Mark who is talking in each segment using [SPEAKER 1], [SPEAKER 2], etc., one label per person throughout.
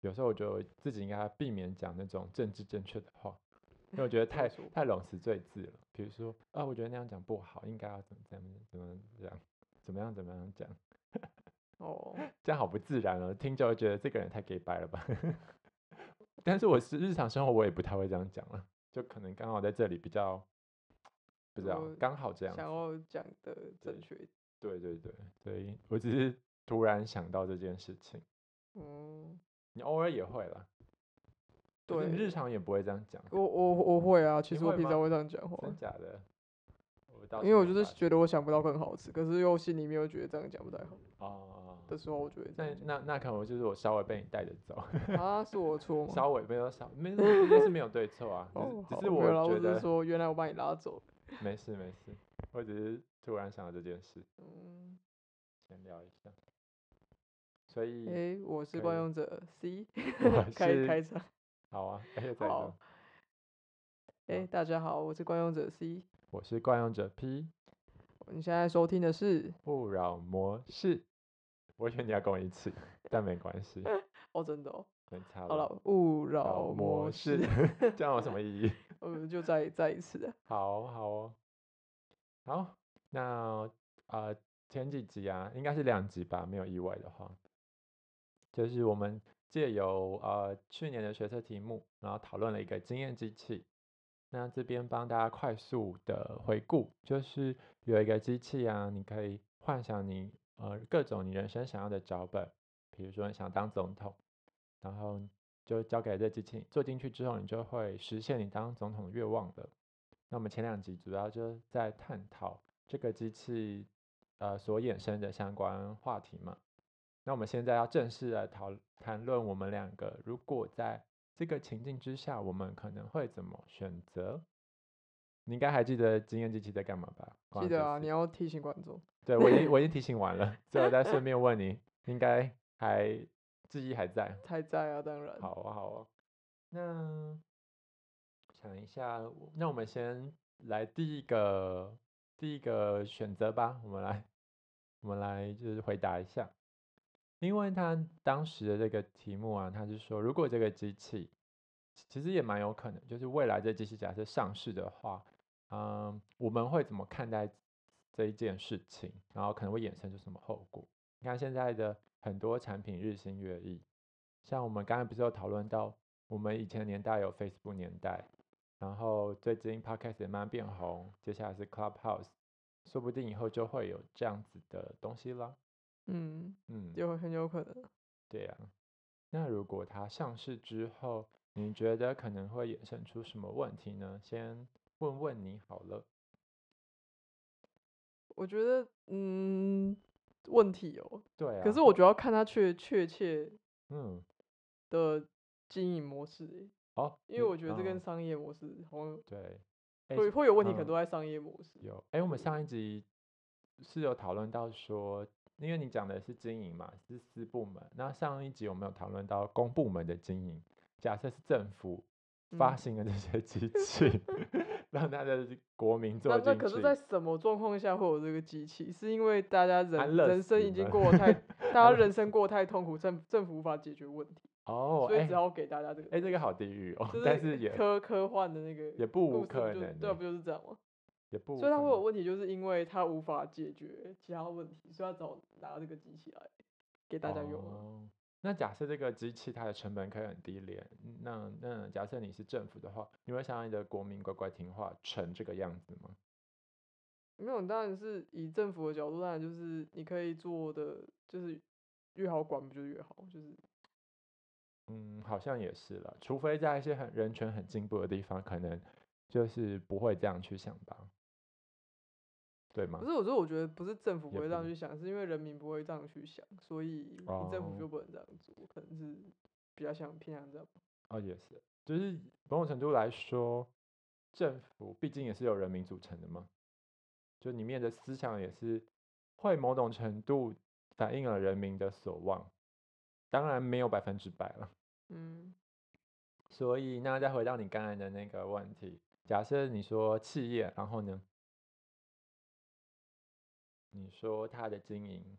[SPEAKER 1] 有时候我觉得我自己应该避免讲那种政治正确的话，因为我觉 得太
[SPEAKER 2] 说
[SPEAKER 1] 太笼词赘字了。比如说啊，我觉得那样讲不好，应该要怎么怎么怎么样，怎么样怎么样讲，
[SPEAKER 2] 哦，
[SPEAKER 1] 这样好不自然哦，听着会觉得这个人太 gay 白了吧。 但是我是日常生活我也不太会这样讲了，就可能刚好在这里比较不知道
[SPEAKER 2] 我
[SPEAKER 1] 刚好这样
[SPEAKER 2] 想
[SPEAKER 1] 子。
[SPEAKER 2] 要讲的
[SPEAKER 1] 对
[SPEAKER 2] 正确一点，
[SPEAKER 1] 对对对，所以我只是突然想到这件事情，
[SPEAKER 2] 嗯，
[SPEAKER 1] 你偶尔也会啦，可是你日
[SPEAKER 2] 对
[SPEAKER 1] 常也不会这样讲，啊
[SPEAKER 2] 我我我会啊，其
[SPEAKER 1] 你
[SPEAKER 2] 实我
[SPEAKER 1] 会
[SPEAKER 2] 平
[SPEAKER 1] 吗
[SPEAKER 2] 常会这样讲话，
[SPEAKER 1] 真假的？我倒
[SPEAKER 2] 因为我就是觉得我想不到更好吃，可是又心里面又觉得这样讲不太好
[SPEAKER 1] 哦，
[SPEAKER 2] 的时候，我就会这
[SPEAKER 1] 那
[SPEAKER 2] 样
[SPEAKER 1] 那那可能我就是我稍微被你带着 走，
[SPEAKER 2] 讲啊，是我 的错吗？
[SPEAKER 1] 稍微没有少， 没有这件事没有对错啊，只
[SPEAKER 2] 哦
[SPEAKER 1] 是，只
[SPEAKER 2] 好
[SPEAKER 1] 是
[SPEAKER 2] 没有啦
[SPEAKER 1] 我
[SPEAKER 2] 我
[SPEAKER 1] 觉
[SPEAKER 2] 只是
[SPEAKER 1] 得
[SPEAKER 2] 说，原来我把你拉走，
[SPEAKER 1] 没事没事，我只是突然想到这件事，
[SPEAKER 2] 嗯，
[SPEAKER 1] 先聊一下。所以
[SPEAKER 2] 诶、我
[SPEAKER 1] 嗯
[SPEAKER 2] 是
[SPEAKER 1] 可
[SPEAKER 2] 惯
[SPEAKER 1] 以
[SPEAKER 2] 用者 C，
[SPEAKER 1] 我
[SPEAKER 2] 开
[SPEAKER 1] 是
[SPEAKER 2] 开场，
[SPEAKER 1] 好啊，而且在
[SPEAKER 2] 好，诶、
[SPEAKER 1] 好
[SPEAKER 2] 大家好，我是惯用者 C，
[SPEAKER 1] 我是惯用者 P，
[SPEAKER 2] 你现在收听的是，
[SPEAKER 1] 勿扰模式。我以为你要跟我一起，但没关 系，
[SPEAKER 2] 哦，真的哦，
[SPEAKER 1] 没差
[SPEAKER 2] 好
[SPEAKER 1] 吧
[SPEAKER 2] 了，勿扰
[SPEAKER 1] 扰
[SPEAKER 2] 模
[SPEAKER 1] 模式
[SPEAKER 2] 式，，
[SPEAKER 1] 这样有什么意义？
[SPEAKER 2] 我们就再再一次啊，
[SPEAKER 1] 好好哦，好，那呃前几集啊，应该是两集吧，没有意外的话，就是我们借由呃去年的学测题目，然后讨论了一个经验机器。那这边帮大家快速的回顾，就是有一个机器啊，你可以幻想你呃各种你人生想要的脚本，比如说你想当总统，然后就交给这机器做进去之后，你就会实现你当总统的愿望了。那我们前两集主要就是在探讨这个机器呃所衍生的相关话题嘛。那我们现在要正式来讨谈论我们两个如果在这个情境之下，我们可能会怎么选择？你应该还记得经验机器在干嘛吧？关
[SPEAKER 2] 记
[SPEAKER 1] 于
[SPEAKER 2] 得
[SPEAKER 1] 这
[SPEAKER 2] 啊，
[SPEAKER 1] 次
[SPEAKER 2] 你要提醒观众，
[SPEAKER 1] 对我已经我已经提醒完了，所以我再顺便问你，应该还记忆还在？
[SPEAKER 2] 太在啊，当然，
[SPEAKER 1] 好啊，好啊。那想一下，那我们先来第一个第一个选择吧。我们来，我们来就是回答一下，因为他当时的这个题目啊，他是说，如果这个机器其其实也蛮有可能，就是未来这机器假设上市的话，嗯，我们会怎么看待这一件事情，然后可能会衍生出什么后果？你看现在的很多产品日新月异，像我们刚才不是有讨论到，我们以前年代有 Facebook 年代，然后最近 Podcast 也慢慢变红，接下来是 Clubhouse，说不定以后就会有这样子的东西啦。
[SPEAKER 2] 嗯，
[SPEAKER 1] 嗯，
[SPEAKER 2] 有很有可能。
[SPEAKER 1] 对呀、那如果它上市之后，你觉得可能会衍生出什么问题呢？先问问你好了。
[SPEAKER 2] 我觉得，嗯，问题有，
[SPEAKER 1] 对啊，
[SPEAKER 2] 可是我觉得要看他确确切
[SPEAKER 1] 嗯，
[SPEAKER 2] 的经营模式欸，
[SPEAKER 1] 哦，
[SPEAKER 2] 因
[SPEAKER 1] 你
[SPEAKER 2] 为我觉得这跟
[SPEAKER 1] 嗯
[SPEAKER 2] 商业模式好像
[SPEAKER 1] 对，哎
[SPEAKER 2] 会会有问题，可能
[SPEAKER 1] 嗯
[SPEAKER 2] 都在商业模式。
[SPEAKER 1] 有，哎、我们上一集是有讨论到说，因为你讲的是经营嘛，是私部门。那上一集我们有讨论到公部门的经营，假设是政府发
[SPEAKER 2] 嗯
[SPEAKER 1] 行了这些机器， 让大家的国民
[SPEAKER 2] 那
[SPEAKER 1] 做进
[SPEAKER 2] 那
[SPEAKER 1] 去。
[SPEAKER 2] 可是，在什么状况下会有这个机器？是因为大家人
[SPEAKER 1] 安乐
[SPEAKER 2] 人生
[SPEAKER 1] 死
[SPEAKER 2] 已经
[SPEAKER 1] 吗
[SPEAKER 2] 过得太，大家
[SPEAKER 1] 安乐
[SPEAKER 2] 人生过得太痛苦，政政府无法解决问题，
[SPEAKER 1] 哦，
[SPEAKER 2] 所以
[SPEAKER 1] 哎
[SPEAKER 2] 只好给大家这
[SPEAKER 1] 哎，
[SPEAKER 2] 个，
[SPEAKER 1] 这个好地狱哦，
[SPEAKER 2] 就
[SPEAKER 1] 但是也
[SPEAKER 2] 科科幻的那个
[SPEAKER 1] 也不
[SPEAKER 2] 故
[SPEAKER 1] 无
[SPEAKER 2] 事
[SPEAKER 1] 可
[SPEAKER 2] 就
[SPEAKER 1] 能欸
[SPEAKER 2] 对啊，
[SPEAKER 1] 呢，
[SPEAKER 2] 不就是这样吗？
[SPEAKER 1] 也不无
[SPEAKER 2] 所以他
[SPEAKER 1] 可
[SPEAKER 2] 会有
[SPEAKER 1] 能
[SPEAKER 2] 问题，就是因为他无法解决其他问题，所以他只好拿这个机器来给大家用啊。
[SPEAKER 1] 哦那假设这个机器它的成本可以很低廉，那那假设你是政府的话，你会想要你的国民乖乖听话成这个样子吗？
[SPEAKER 2] 没有，当然是以政府的角度，当然就是你可以做的就是越好管，不就是越好？就是
[SPEAKER 1] 嗯，好像也是了，除非在一些很人权很进步的地方，可能就是不会这样去想吧，对吗
[SPEAKER 2] 不？是我说，我觉得不是政府不
[SPEAKER 1] 也
[SPEAKER 2] 会这
[SPEAKER 1] 不
[SPEAKER 2] 样
[SPEAKER 1] 是
[SPEAKER 2] 去想，是因为人民不会这样去想，所以你政
[SPEAKER 1] 哦
[SPEAKER 2] 府就不能这样做，可能是比较想偏向这样。
[SPEAKER 1] 哦，也是，就是某种程度来说，政府毕竟也是由人民组成的嘛，就里面的思想也是会某种程度反映了人民的所望，当然没有百分之百了。
[SPEAKER 2] 嗯，
[SPEAKER 1] 所以，那再回到你刚才的那个问题，假设你说企业，然后呢，你说它的经营，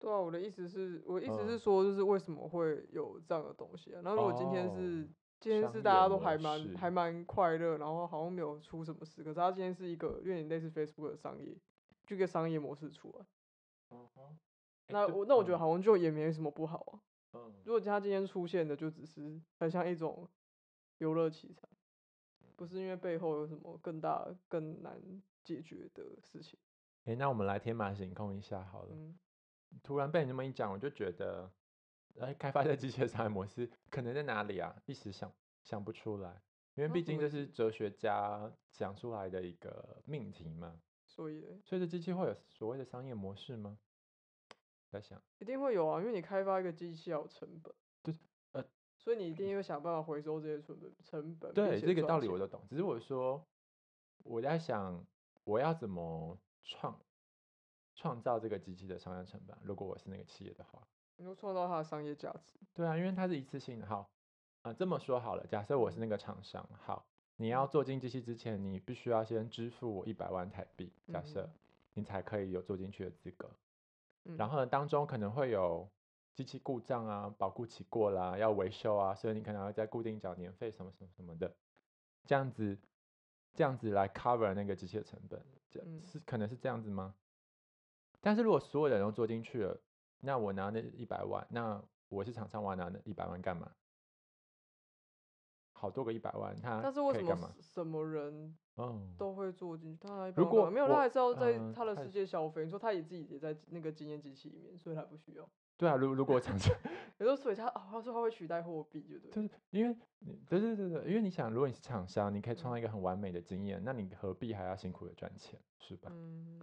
[SPEAKER 2] 对啊，我的意思是，我的意思
[SPEAKER 1] 嗯
[SPEAKER 2] 是说，就是为什么会有这样的东西啊？然后如果今天是、
[SPEAKER 1] 哦
[SPEAKER 2] 今天
[SPEAKER 1] 商
[SPEAKER 2] 是
[SPEAKER 1] 业
[SPEAKER 2] 大家都
[SPEAKER 1] 模
[SPEAKER 2] 还蛮
[SPEAKER 1] 式
[SPEAKER 2] 还蛮快乐，然后好像没有出什么事，可是他今天是一个有点类似 Facebook 的商业，就一个商业模式出来。
[SPEAKER 1] 嗯哼诶
[SPEAKER 2] 那
[SPEAKER 1] 对
[SPEAKER 2] 我那我觉得
[SPEAKER 1] 嗯
[SPEAKER 2] 好像就也没什么不好啊。
[SPEAKER 1] 嗯
[SPEAKER 2] 如果他今天出现的就只是很像一种游乐器材，不是因为背后有什么更大更难解决的事情。
[SPEAKER 1] 诶，那我们来天马行空一下好了。
[SPEAKER 2] 嗯，
[SPEAKER 1] 突然被你那么一讲，我就觉得，哎，开发的机械商业模式可能在哪里啊？一时想想不出来，因为
[SPEAKER 2] 啊
[SPEAKER 1] 毕
[SPEAKER 2] 什
[SPEAKER 1] 竟
[SPEAKER 2] 么
[SPEAKER 1] 这
[SPEAKER 2] 意
[SPEAKER 1] 是
[SPEAKER 2] 思
[SPEAKER 1] 哲学家讲出来的一个命题嘛。
[SPEAKER 2] 所以嘞
[SPEAKER 1] 所以这机器会有所谓的商业模式吗？在想，
[SPEAKER 2] 一定会有啊，因为你开发一个机器要有成本，
[SPEAKER 1] 对呃，
[SPEAKER 2] 所以你一定会想办法回收这些成本成本。并
[SPEAKER 1] 对
[SPEAKER 2] 且
[SPEAKER 1] 这个
[SPEAKER 2] 赚
[SPEAKER 1] 道理
[SPEAKER 2] 钱
[SPEAKER 1] 我都懂，只是我说我在想我要怎么创创造这个机器的商业成本啊，如果我是那个企业的话。
[SPEAKER 2] 你就创造它的商业价值。
[SPEAKER 1] 对啊，因为它是一次性的。好，啊、这么说好了，假设我是那个厂商，好，你
[SPEAKER 2] 嗯
[SPEAKER 1] 要做进机器之前，你必须要先支付我一百万台币，假设、
[SPEAKER 2] 嗯
[SPEAKER 1] 你才可以有做进去的资格。
[SPEAKER 2] 嗯
[SPEAKER 1] 然后呢，当中可能会有机器故障啊、保固期过啦、要维修啊，所以你可能要再固定缴年费什么什么什么的，这样子，这样子来 cover 那个机器的成本，这
[SPEAKER 2] 嗯
[SPEAKER 1] 是可能是这样子吗？但是如果所有人都做进去了，那我拿那一百万，那我是厂商，我要拿那一百万干嘛？好多个一百万，他
[SPEAKER 2] 但是为
[SPEAKER 1] 可
[SPEAKER 2] 什
[SPEAKER 1] 以
[SPEAKER 2] 么
[SPEAKER 1] 干嘛？
[SPEAKER 2] 什么人
[SPEAKER 1] 嗯，
[SPEAKER 2] 都会做进去？他哪里
[SPEAKER 1] 如
[SPEAKER 2] 帮到
[SPEAKER 1] 果
[SPEAKER 2] 没有，他
[SPEAKER 1] 我
[SPEAKER 2] 还是要在
[SPEAKER 1] 嗯
[SPEAKER 2] 他的
[SPEAKER 1] 他
[SPEAKER 2] 世界消费。你说他也自己也在那个经验机器里面，所以他不需要。
[SPEAKER 1] 对啊，如如 果厂商。
[SPEAKER 2] 有时候所以他哦，他说他会取代货币，对不对？
[SPEAKER 1] 就是因为你对对对对，因为你想，如果你是厂商，你可以
[SPEAKER 2] 嗯
[SPEAKER 1] 创造一个很完美的经验，那你何必还要辛苦的赚钱，是吧？
[SPEAKER 2] 嗯，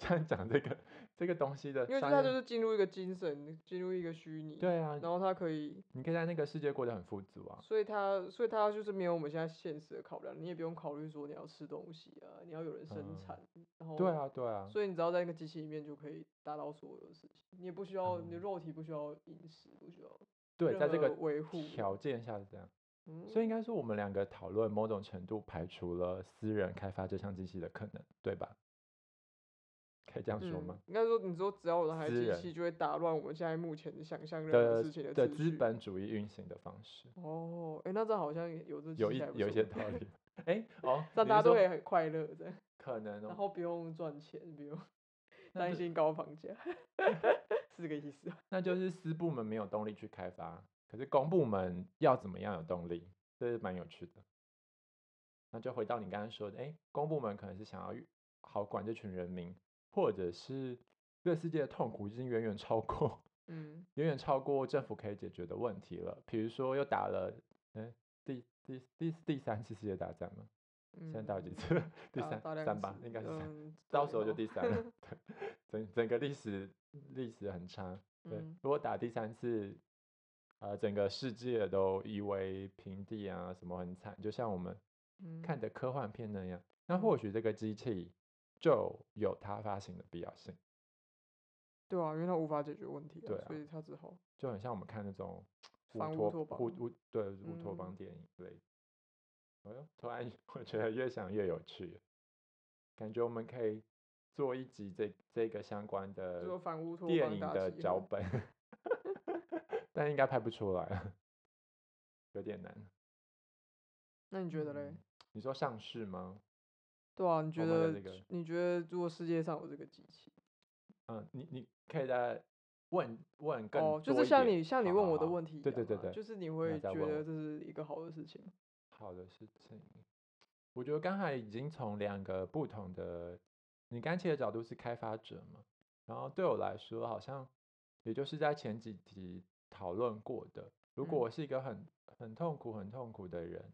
[SPEAKER 1] 这样讲这个这个东西的
[SPEAKER 2] 因为
[SPEAKER 1] 商
[SPEAKER 2] 他就
[SPEAKER 1] 业，
[SPEAKER 2] 是进入一个精神，进入一个虚拟，
[SPEAKER 1] 对啊，
[SPEAKER 2] 然后他可以
[SPEAKER 1] 你可以在那个世界过得很富足啊。
[SPEAKER 2] 所以它，所以它就是没有我们现在现实的考量，你也不用考虑说你要吃东西啊，你要有人生
[SPEAKER 1] 嗯
[SPEAKER 2] 产，然后
[SPEAKER 1] 对，啊，对啊，
[SPEAKER 2] 所以你只要在那个机器里面就可以达到所有的事情，你也不需要你的
[SPEAKER 1] 嗯
[SPEAKER 2] 肉体不需要饮食，不需要
[SPEAKER 1] 对，
[SPEAKER 2] 任
[SPEAKER 1] 在这
[SPEAKER 2] 何
[SPEAKER 1] 个
[SPEAKER 2] 维护，
[SPEAKER 1] 条件下是这样，
[SPEAKER 2] 嗯，
[SPEAKER 1] 所以应该说我们两个讨论某种程度排除了私人开发这项机器的可能，对吧？可以这样说
[SPEAKER 2] 嗯
[SPEAKER 1] 吗？
[SPEAKER 2] 应该说，你说只要有台
[SPEAKER 1] 私
[SPEAKER 2] 机
[SPEAKER 1] 人
[SPEAKER 2] 器，就会打乱我们现在目前想象任何
[SPEAKER 1] 的
[SPEAKER 2] 事情的
[SPEAKER 1] 的
[SPEAKER 2] 秩
[SPEAKER 1] 资
[SPEAKER 2] 序。
[SPEAKER 1] 本主义运行的方式，
[SPEAKER 2] 哦，哎、那这好像有这
[SPEAKER 1] 有
[SPEAKER 2] 其
[SPEAKER 1] 一
[SPEAKER 2] 实还不
[SPEAKER 1] 有一
[SPEAKER 2] 错
[SPEAKER 1] 些 道理。 哎，哦，
[SPEAKER 2] 让
[SPEAKER 1] 你
[SPEAKER 2] 大
[SPEAKER 1] 是
[SPEAKER 2] 家都
[SPEAKER 1] 说
[SPEAKER 2] 可以很快乐这样，
[SPEAKER 1] 可能
[SPEAKER 2] 然
[SPEAKER 1] 哦，
[SPEAKER 2] 后不用赚钱，不用
[SPEAKER 1] 那
[SPEAKER 2] 担
[SPEAKER 1] 就
[SPEAKER 2] 心高房价， 是这个意思啊。
[SPEAKER 1] 那就是私部门没有动力去开发，可是公部门要怎么样有动力，这是蛮有趣的。那就回到你刚刚说的，哎，公部门可能是想要预好管这群人民，或者是这个世界的痛苦已经远远超过，
[SPEAKER 2] 嗯，
[SPEAKER 1] 远远超过政府可以解决的问题了。比如说又打了，哎，第第第第三次世界大战嘛，现在到
[SPEAKER 2] 嗯
[SPEAKER 1] 几次了？第
[SPEAKER 2] 打
[SPEAKER 1] 三
[SPEAKER 2] 打两
[SPEAKER 1] 三吧，
[SPEAKER 2] 次
[SPEAKER 1] 应该是三，
[SPEAKER 2] 嗯，
[SPEAKER 1] 到
[SPEAKER 2] 对
[SPEAKER 1] 时候就
[SPEAKER 2] 好
[SPEAKER 1] 第三了。 对，整整个历史历史很长。对
[SPEAKER 2] 嗯，
[SPEAKER 1] 如果打第三次，呃，整个世界都夷为平地啊，什么很惨，就像我们
[SPEAKER 2] 嗯
[SPEAKER 1] 看的科幻片那样。那或许这个机器就有它发行的必要性，
[SPEAKER 2] 对啊，因为他无法解决问题、啊，
[SPEAKER 1] 对啊
[SPEAKER 2] 所以他只好
[SPEAKER 1] 就很像我们看那种
[SPEAKER 2] 反
[SPEAKER 1] 托
[SPEAKER 2] 乌托邦
[SPEAKER 1] 乌乌对乌托邦
[SPEAKER 2] 嗯
[SPEAKER 1] 电影之类的。哎呦，突然 我觉得越想越有趣，感觉我们可以做一集这这个相关的
[SPEAKER 2] 就反乌托
[SPEAKER 1] 电
[SPEAKER 2] 邦
[SPEAKER 1] 影
[SPEAKER 2] 大
[SPEAKER 1] 的
[SPEAKER 2] 集
[SPEAKER 1] 脚
[SPEAKER 2] 合
[SPEAKER 1] 本，但应该拍不出来， 有点难。
[SPEAKER 2] 那你觉得嘞
[SPEAKER 1] 嗯？你说上市吗？
[SPEAKER 2] 对啊，你觉
[SPEAKER 1] 们的这
[SPEAKER 2] 得、
[SPEAKER 1] 个
[SPEAKER 2] 你觉得如果世界上有这个机器，
[SPEAKER 1] 嗯，你你可以再问问更
[SPEAKER 2] 哦，就
[SPEAKER 1] 多
[SPEAKER 2] 是
[SPEAKER 1] 一
[SPEAKER 2] 像
[SPEAKER 1] 点
[SPEAKER 2] 你像你
[SPEAKER 1] 好
[SPEAKER 2] 问
[SPEAKER 1] 好
[SPEAKER 2] 我的
[SPEAKER 1] 好
[SPEAKER 2] 问题一样
[SPEAKER 1] 对
[SPEAKER 2] 嘛，
[SPEAKER 1] 对对对，
[SPEAKER 2] 就是你
[SPEAKER 1] 要
[SPEAKER 2] 会
[SPEAKER 1] 再问
[SPEAKER 2] 觉
[SPEAKER 1] 我
[SPEAKER 2] 得这是一个好的事情吗，
[SPEAKER 1] 好的事情。我觉得刚才已经从两个不同的，你刚切的角度是开发者嘛，然后对我来说，好像也就是在前几题讨论过的。如果
[SPEAKER 2] 嗯
[SPEAKER 1] 我是一个很很痛苦、很痛苦的人，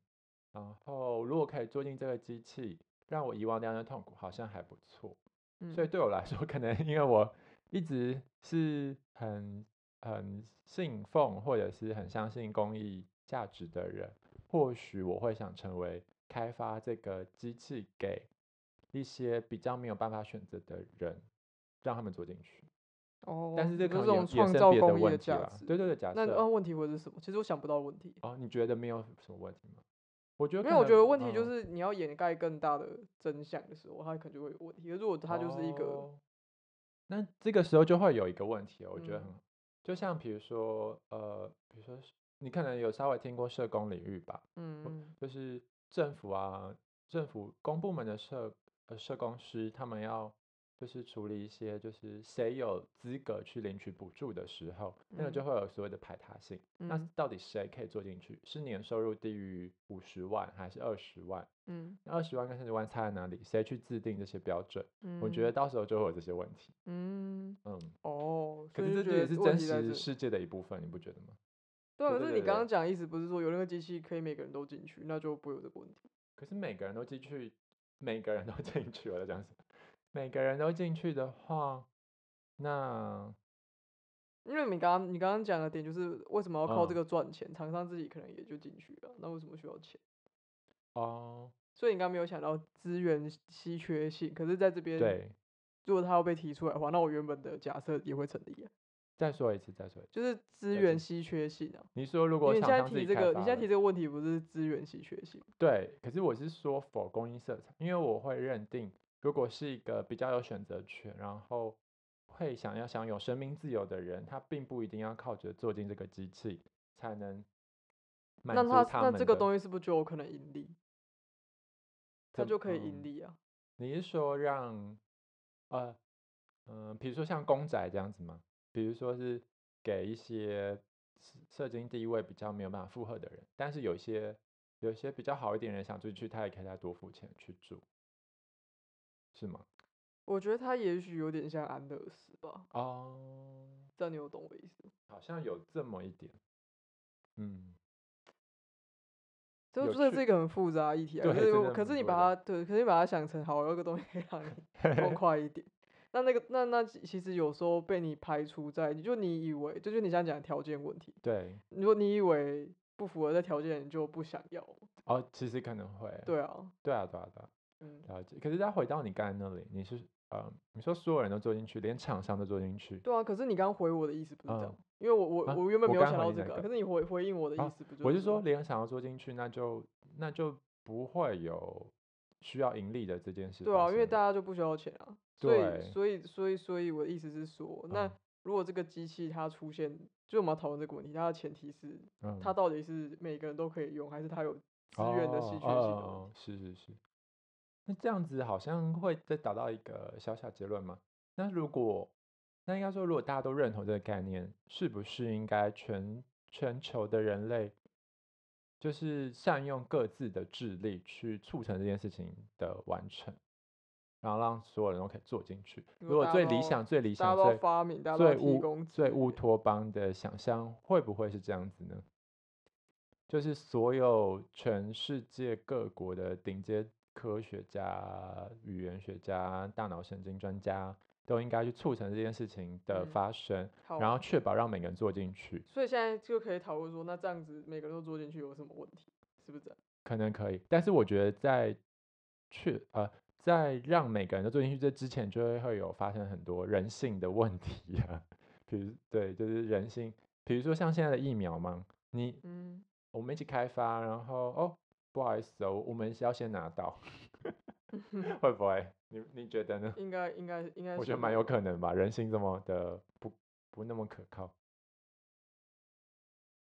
[SPEAKER 1] 然后如果可以做进这个机器，让我遗忘掉那痛苦，好像还不错。
[SPEAKER 2] 嗯，
[SPEAKER 1] 所以对我来说，可能因为我一直是很很信奉或者是很相信公益价值的人，或许我会想成为开发这个机器给一些比较没有办法选择的人，让他们做进去。
[SPEAKER 2] 哦，
[SPEAKER 1] 但是这
[SPEAKER 2] 你说
[SPEAKER 1] 可
[SPEAKER 2] 这
[SPEAKER 1] 能也
[SPEAKER 2] 种
[SPEAKER 1] 也
[SPEAKER 2] 创
[SPEAKER 1] 是
[SPEAKER 2] 造
[SPEAKER 1] 别的
[SPEAKER 2] 公益
[SPEAKER 1] 问题
[SPEAKER 2] 价
[SPEAKER 1] 啦
[SPEAKER 2] 值，。
[SPEAKER 1] 对对对，假
[SPEAKER 2] 那哦
[SPEAKER 1] 设
[SPEAKER 2] 那问题会是什么？其实我想不到问题，
[SPEAKER 1] 哦，你觉得没有什么问题吗？我觉得
[SPEAKER 2] 因
[SPEAKER 1] 可
[SPEAKER 2] 为
[SPEAKER 1] 能，
[SPEAKER 2] 我觉得问题就
[SPEAKER 1] 嗯
[SPEAKER 2] 是你要掩盖更大的真相的时候，它可能就会有问题。可是如果它就是一个
[SPEAKER 1] 哦那这个时候就会有一个问题哦，我觉得很，
[SPEAKER 2] 嗯
[SPEAKER 1] 就像比如说，呃，比如说是你可能有稍微听过社工领域吧，
[SPEAKER 2] 嗯
[SPEAKER 1] 就是政府啊，政府公部门的社呃社工师，他们要就是处理一些就是谁有资格去领取补助的时候，那个就
[SPEAKER 2] 嗯
[SPEAKER 1] 会有所谓的排他性。那
[SPEAKER 2] 嗯
[SPEAKER 1] 到底谁可以做进去？是年收入低于五十万还是二十万？
[SPEAKER 2] 嗯
[SPEAKER 1] 那二十万跟三十万差在哪里？谁去制定这些标准？
[SPEAKER 2] 嗯，
[SPEAKER 1] 我觉得到时候就会有这些问题。
[SPEAKER 2] 嗯
[SPEAKER 1] 嗯，
[SPEAKER 2] 哦，
[SPEAKER 1] 可
[SPEAKER 2] 所以
[SPEAKER 1] 是
[SPEAKER 2] 就
[SPEAKER 1] 这
[SPEAKER 2] 觉
[SPEAKER 1] 也
[SPEAKER 2] 得
[SPEAKER 1] 是
[SPEAKER 2] 问
[SPEAKER 1] 真
[SPEAKER 2] 题在
[SPEAKER 1] 实
[SPEAKER 2] 这
[SPEAKER 1] 世界的一部分，你不觉得吗？
[SPEAKER 2] 对啊，
[SPEAKER 1] 对
[SPEAKER 2] 可
[SPEAKER 1] 对
[SPEAKER 2] 是
[SPEAKER 1] 对
[SPEAKER 2] 你刚
[SPEAKER 1] 对
[SPEAKER 2] 刚讲的意思不是说有那个机器可以每个人都进去，那就不会有这个问题。
[SPEAKER 1] 可是每个人都进去，每个人都 进去，我在讲什么？每个人都进去的话，那
[SPEAKER 2] 因为你刚刚你刚刚讲的点就是为什么要靠这
[SPEAKER 1] 嗯
[SPEAKER 2] 个赚钱，厂商自己可能也就进去了，那为什么需要钱？
[SPEAKER 1] 哦，
[SPEAKER 2] 所以你刚刚没有想到资源稀缺性，可是在这边，
[SPEAKER 1] 对，
[SPEAKER 2] 如果它要被提出来的话，那我原本的假设也会成立、啊，
[SPEAKER 1] 再说一次，再说一次。
[SPEAKER 2] 就是资
[SPEAKER 1] 了
[SPEAKER 2] 源
[SPEAKER 1] 解
[SPEAKER 2] 稀缺性啊。
[SPEAKER 1] 你说如
[SPEAKER 2] 因
[SPEAKER 1] 果
[SPEAKER 2] 为你
[SPEAKER 1] 厂
[SPEAKER 2] 现在
[SPEAKER 1] 商自
[SPEAKER 2] 提
[SPEAKER 1] 己
[SPEAKER 2] 这
[SPEAKER 1] 开
[SPEAKER 2] 个，你
[SPEAKER 1] 发
[SPEAKER 2] 现在
[SPEAKER 1] 了
[SPEAKER 2] 提这个问题不是资源稀缺性，
[SPEAKER 1] 对，可是我是说否供应色彩，因为我会认定，如果是一个比较有选择权，然后会想要享有生命自由的人，他并不一定要靠着坐进这个机器才能满
[SPEAKER 2] 那
[SPEAKER 1] 足
[SPEAKER 2] 它
[SPEAKER 1] 他
[SPEAKER 2] 那
[SPEAKER 1] 们
[SPEAKER 2] 这个
[SPEAKER 1] 的
[SPEAKER 2] 东西是不是就有可能盈利？它
[SPEAKER 1] 怎
[SPEAKER 2] 就可以
[SPEAKER 1] 嗯
[SPEAKER 2] 盈利啊。
[SPEAKER 1] 你是说让，呃，嗯、比如说像公仔这样子吗？比如说是给一些社社经地位比较没有办法负荷的人，但是有一些有一些比较好一点的人想住进去，他也可以再多付钱去住，是吗？
[SPEAKER 2] 我觉得它也许有点像安乐死吧，
[SPEAKER 1] 哦，
[SPEAKER 2] 这样你有懂我意思吗？
[SPEAKER 1] 好像有这么一点，嗯，
[SPEAKER 2] 就
[SPEAKER 1] 有
[SPEAKER 2] 这
[SPEAKER 1] 趣
[SPEAKER 2] 是一个很复杂的议题啊。可
[SPEAKER 1] 对
[SPEAKER 2] 是
[SPEAKER 1] 真
[SPEAKER 2] 我
[SPEAKER 1] 的
[SPEAKER 2] 可
[SPEAKER 1] 很
[SPEAKER 2] 是你
[SPEAKER 1] 复
[SPEAKER 2] 把
[SPEAKER 1] 杂
[SPEAKER 2] 它对，可是你把它想成好有一个东西可以让 你痛快一点。那那个那那其实有时候被你排除在，你就你以为，这就是你想讲的条件问题。
[SPEAKER 1] 对，
[SPEAKER 2] 如果你以为不符合这条件，你就不想要。
[SPEAKER 1] 哦，其实可能会，
[SPEAKER 2] 对啊，
[SPEAKER 1] 对啊，对啊，对啊，
[SPEAKER 2] 嗯，
[SPEAKER 1] 了解。可是再回到你刚才那里，你是，呃，你说所有人都坐进去，连厂商都坐进去，
[SPEAKER 2] 对啊。可是你刚回我的意思不是这
[SPEAKER 1] 嗯
[SPEAKER 2] 样，因为我我、
[SPEAKER 1] 啊
[SPEAKER 2] 我原本
[SPEAKER 1] 我
[SPEAKER 2] 没有
[SPEAKER 1] 刚
[SPEAKER 2] 想
[SPEAKER 1] 回
[SPEAKER 2] 到
[SPEAKER 1] 你
[SPEAKER 2] 这
[SPEAKER 1] 哪
[SPEAKER 2] 个啊，
[SPEAKER 1] 个啊
[SPEAKER 2] 可是你回回应我的意思不就
[SPEAKER 1] 我是说，
[SPEAKER 2] 说
[SPEAKER 1] 联想要做进去，那就那就不会有需要盈利的这件事发生
[SPEAKER 2] 对
[SPEAKER 1] 了。
[SPEAKER 2] 啊，因为大家就不需要钱啊，所以
[SPEAKER 1] 对
[SPEAKER 2] 所以所以所以我的意思是说，那
[SPEAKER 1] 嗯
[SPEAKER 2] 如果这个机器它出现，就我们要讨论这个问题，它的前提是
[SPEAKER 1] 嗯
[SPEAKER 2] 它到底是每个人都可以用，还是它有资源的稀缺性的
[SPEAKER 1] 哦
[SPEAKER 2] 问
[SPEAKER 1] 哦
[SPEAKER 2] 题？
[SPEAKER 1] 是是是。那这样子好像会再达到一个小小结论嘛？那如果那应该说，如果大家都认同这个概念，是不是应该全全球的人类就是善用各自的智力去促成这件事情的完成，然后让所有人都可以做进去？
[SPEAKER 2] 你
[SPEAKER 1] 如
[SPEAKER 2] 说
[SPEAKER 1] 果
[SPEAKER 2] 大
[SPEAKER 1] 最
[SPEAKER 2] 家
[SPEAKER 1] 理
[SPEAKER 2] 都
[SPEAKER 1] 想、最理
[SPEAKER 2] 大家
[SPEAKER 1] 想、
[SPEAKER 2] 都要
[SPEAKER 1] 最
[SPEAKER 2] 发明，大家都要
[SPEAKER 1] 最
[SPEAKER 2] 提
[SPEAKER 1] 乌
[SPEAKER 2] 供
[SPEAKER 1] 最
[SPEAKER 2] 资
[SPEAKER 1] 乌
[SPEAKER 2] 源
[SPEAKER 1] 托邦的想象会不会是这样子呢？就是所有全世界各国的顶尖科学家、语言学家、大脑神经专家都应该去促成这件事情的
[SPEAKER 2] 嗯
[SPEAKER 1] 发生，
[SPEAKER 2] 好，
[SPEAKER 1] 然后确保让每个人做进去，
[SPEAKER 2] 所以现在就可以讨论说，那这样子每个人都做进去有什么问题？是不是这样？
[SPEAKER 1] 可能可以。但是我觉得在确呃。在让每个人都做进去这之前，就会会有发生很多人性的问题啊， 比如对，就是人性，比如说像现在的疫苗嘛，你
[SPEAKER 2] 嗯
[SPEAKER 1] 我们一起开发，然后哦，不好意思哦，我们是要先拿 到，会不会？你你觉得呢？
[SPEAKER 2] 应该应该应该，
[SPEAKER 1] 我觉得蛮有可能吧，人性这么的不不那么可靠。